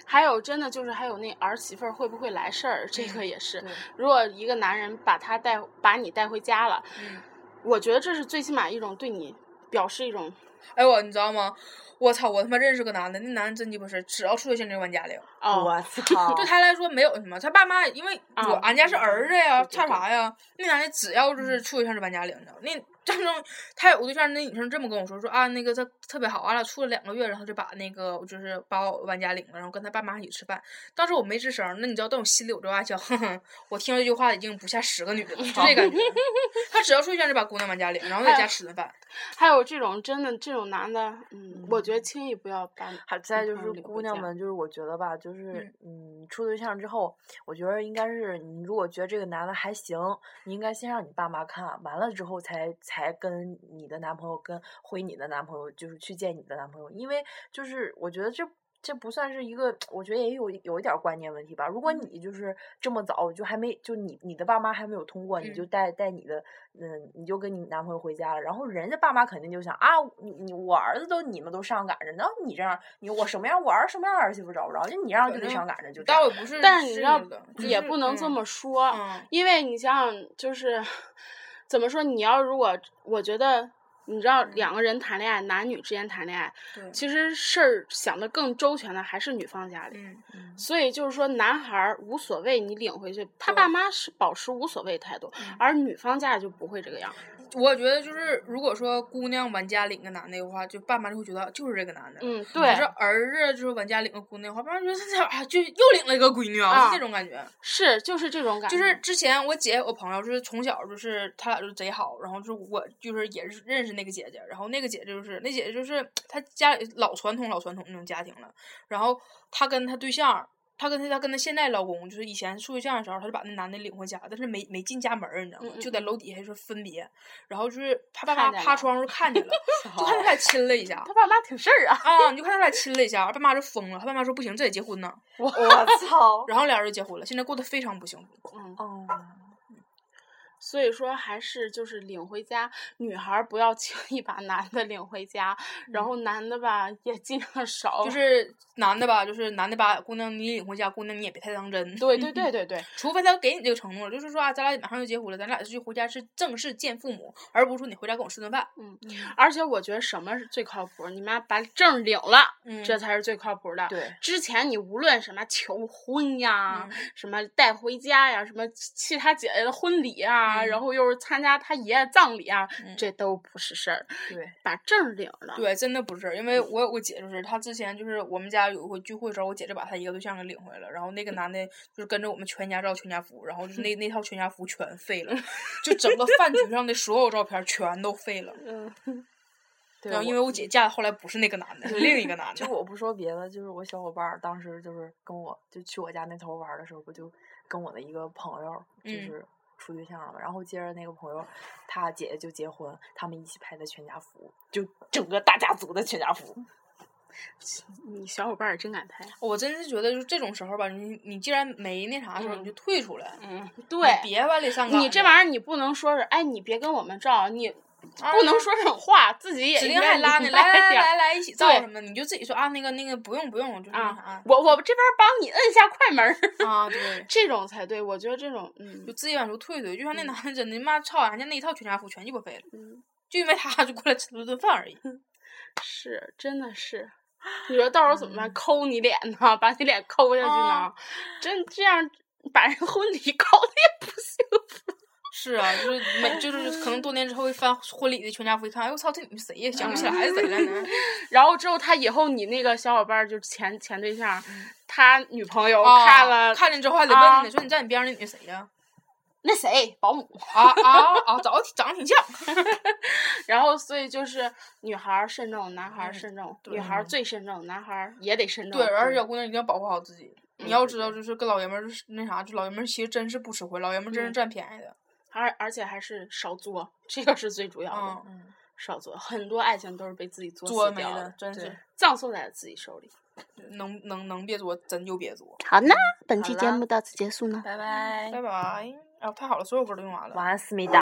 S4: 还有真的就是还有那儿媳妇儿会不会来事儿，这
S3: 嗯
S4: 个也是
S5: 对。
S4: 如果一个男人把他带把你带回家了，
S3: 嗯
S4: 我觉得这是最起码一种对你表示一种
S3: 哎我你知道吗？我操！我他妈认识个男的，那男的真鸡巴是，只要出去现在就往家领。，
S4: 哦，
S5: 我操
S3: 对他来说没有什么，他爸妈因为我
S4: 啊
S3: 俺家是儿子呀，
S4: 对对嗯
S3: 差啥呀？那男的只要就是处对象就搬家领着，那当中他有个对象，那女生这么跟我说说啊，那个他特别好，俺俩处了两个月，然后就把那个就是把我往家领了，然后跟他爸妈一起吃饭。当时我没吱声儿，那你知道，但我心里我就暗想，哼哼， <laughs> 我听到这句话已经不下十个女的了，就
S4: <laughs>
S3: 这感觉。他只要处对象就把姑娘往家领，然后
S4: 哎
S3: 在家吃顿饭。
S4: 还有这种真的这种男的，嗯，我觉得轻易不要把
S5: <laughs> 还再就
S4: 嗯
S5: 是
S4: 领
S5: 姑
S4: 回
S5: 娘
S4: 家
S5: 们，就是我觉得吧，就是嗯，处对象之后，我觉得应该是你如果觉得这个男的还行，你应该先让你爸妈看完了之后才才跟你的男朋友跟回你的男朋友，就是去见你的男朋友，因为就是我觉得这。这不算是一个，我觉得也有有一点儿观念问题吧。
S3: 嗯
S5: 如果你就是这么早就还没就你你的爸妈还没有通过，你就带带你的嗯，你就跟你男朋友回家了，然后人家爸妈肯定就想啊，你你我儿子都你们都上赶着，那你这样你我什么样，我儿什么样儿媳妇找不着，就你这样就得上赶着，就这样
S3: 倒也不是，
S4: 但是你知道
S3: 的，就
S4: 也
S3: 是
S4: 不能这
S3: 嗯
S4: 么说，
S3: 嗯
S4: 因为你想想，就是怎么说，你要如果我觉得，你知道两个人谈恋爱，男女之间谈恋爱，
S3: 对，
S4: 其实事儿想的更周全的还是女方家里。
S3: 嗯，
S4: 所以就是说，男孩儿无所谓，你领回去，他
S3: 对嗯
S4: 爸妈是保持无所谓态度，而女方家里就不会这个样。
S3: 我觉得就是如果说姑娘往家领个男的的话，就爸妈就会觉得就是这个男的。
S4: 嗯，
S3: 可
S4: 对
S3: 是，儿子就是往家领个姑娘的话，爸妈觉得 <laughs> 这咋啊就又领了一个闺女
S4: 啊
S3: 啊，是这种感觉。
S4: 是就是这种感觉，
S3: 就是之前我姐有个朋友，就是从小就是他俩就贼好，然后就是我就是也是认识那个姐姐，然后那个姐姐就是那姐姐就是她家里老传统老传统那种家庭了，然后她跟她对象。她跟她她跟她现在老公，就是以前处对象的时候，她就把那男的领回家，但是没没进家门儿，你知道吗
S4: 嗯？嗯
S3: 就在楼底下就是分别，然后就是她爸
S4: 看
S3: 妈
S4: 见
S3: 趴
S4: 了
S3: 窗户
S4: <laughs>
S3: 看见了，就看他俩亲了一下
S4: 他爸妈挺事儿啊。
S3: 啊，你就看他俩亲了一下，爸妈就疯了，他爸妈说不行，这得结婚呢，
S5: <laughs> 我
S3: <laughs>
S5: 操，
S3: 然后俩人就结婚了，现在过得非常不幸福。
S4: 嗯，
S5: 哦，
S4: 所以说还是就是领回家，女孩儿不要轻易把男的领回家，然后男的吧也尽量少，
S3: 嗯就是男的吧，就是男的把姑娘你领回家，姑娘你也别太当真。
S4: 对对对对对，
S3: 除非他给你这个承诺，就是说啊，咱俩马上就结婚了，咱俩是去回家是正式见父母，而不是说你回家跟我吃顿饭。嗯
S4: 而且我觉得什么是最靠谱儿？你妈把证儿领了，
S3: 嗯
S4: 这才是最靠谱儿的。
S5: 对，
S4: 之前你无论什么求婚呀，
S3: 嗯
S4: 什么带回家呀，什么去他姐姐的婚礼啊，
S3: 嗯
S4: 然后又是参加他爷爷葬礼啊，
S3: 嗯
S4: 这都不是事儿。
S5: 对，
S4: 把证儿领了，
S3: 对，真的不是，因为我有个姐，就是她之前就是我们家有一回聚会的时候，我姐就把她一个对象给领回来了，然后那个男的就是跟着我们全家照全家福，然后就是那那套全家福全废了，就整个饭局上的所有照片全都废了。
S4: 嗯，
S5: 对
S3: 然啊后因为我姐嫁的后来不是那个男的，是另一个男
S5: 就
S3: 的。
S5: 我不说别的，就是我小伙伴儿当时就是跟我就去我家那头玩儿的时候，不就跟我的一个朋友就
S3: 嗯
S5: 是处对象了嘛，然后接着那个朋友他姐姐就结婚，他们一起拍的全家福，就整个大家族的全家福。
S4: 嗯你小伙伴儿真敢拍，啊
S3: 我真是觉得，就这种时候吧，你你既然没那啥的时候，
S4: 嗯
S3: 你就退出来。
S4: 嗯，
S3: 你
S4: 对。
S3: 别往里上赶。
S4: 你这玩意儿，你不能说是，哎，你别跟我们照，你
S3: 啊
S4: 不能说这种话，自己也
S3: 指
S4: 应
S3: 定
S4: 该
S3: 还拉你
S4: 明
S3: 来
S4: 白
S3: 来
S4: 点儿
S3: 来来一起造
S4: 对
S3: 什么的，你就自己说啊那个那个不用不用，就是那
S4: 啊
S3: 啥！
S4: 我我这边儿帮你摁一下快门儿， <laughs>
S3: 啊对。
S4: 这种才对。我觉得这种，
S3: 就
S4: 嗯
S3: 自己往出退退，就像那男的真的，妈操，俺家那一套全家福全鸡巴废了，
S4: 嗯，
S3: 就因为他就过来吃了顿饭而已。
S4: 是，真的 <laughs> 是。你说到时候怎么办？抠你脸呢？把你脸抠下去呢
S3: 啊？
S4: <laughs> 真这样把人婚礼 <laughs> 搞得也不行。
S3: <laughs> 是啊，就是每就是可能多年之后一翻婚礼的全家福，一看，哎我操，这你们谁呀？想不起来是谁了
S4: 嗯
S3: 呢？
S4: 然后之后他以后你那个小伙伴儿就是前前对象，他女朋友嗯
S3: 啊
S4: 哦看了
S3: 看见之后还得
S4: 啊
S3: 问呢，说你在你边上那女的谁呀？
S4: 那谁保 <laughs> 姆，
S3: 啊啊啊，长得挺长得挺像。
S4: <laughs> 然后所以就是女孩儿慎重，男孩儿
S3: 嗯
S4: 慎重，
S3: 对
S4: 女孩儿最慎重，男孩儿也得慎重。
S3: 对，而且小姑娘一定要保护好自己。
S4: 嗯
S3: 你要
S4: 对
S3: 知道，就是跟老爷们儿就是那啥，就老爷们儿其实真是不吃亏，老爷们儿真是
S4: 嗯
S3: 占便宜的。
S4: 而而且还是少作，这个是最主要的。
S3: 嗯，
S5: 嗯，
S4: 少作，很多爱情都是被自己作
S3: 作
S4: 死
S3: 没
S4: 掉
S3: 了，真
S5: 对
S3: 是
S4: 葬送在了自己手里。
S3: 能能能别作，真就别作。
S2: 好呢，本期
S5: 好
S2: 节
S5: 啦
S2: 目到此结束呢。
S5: 拜拜
S3: 拜拜。哎
S6: 啊，太好了，所有歌都用完了。
S3: 晚安，思密达。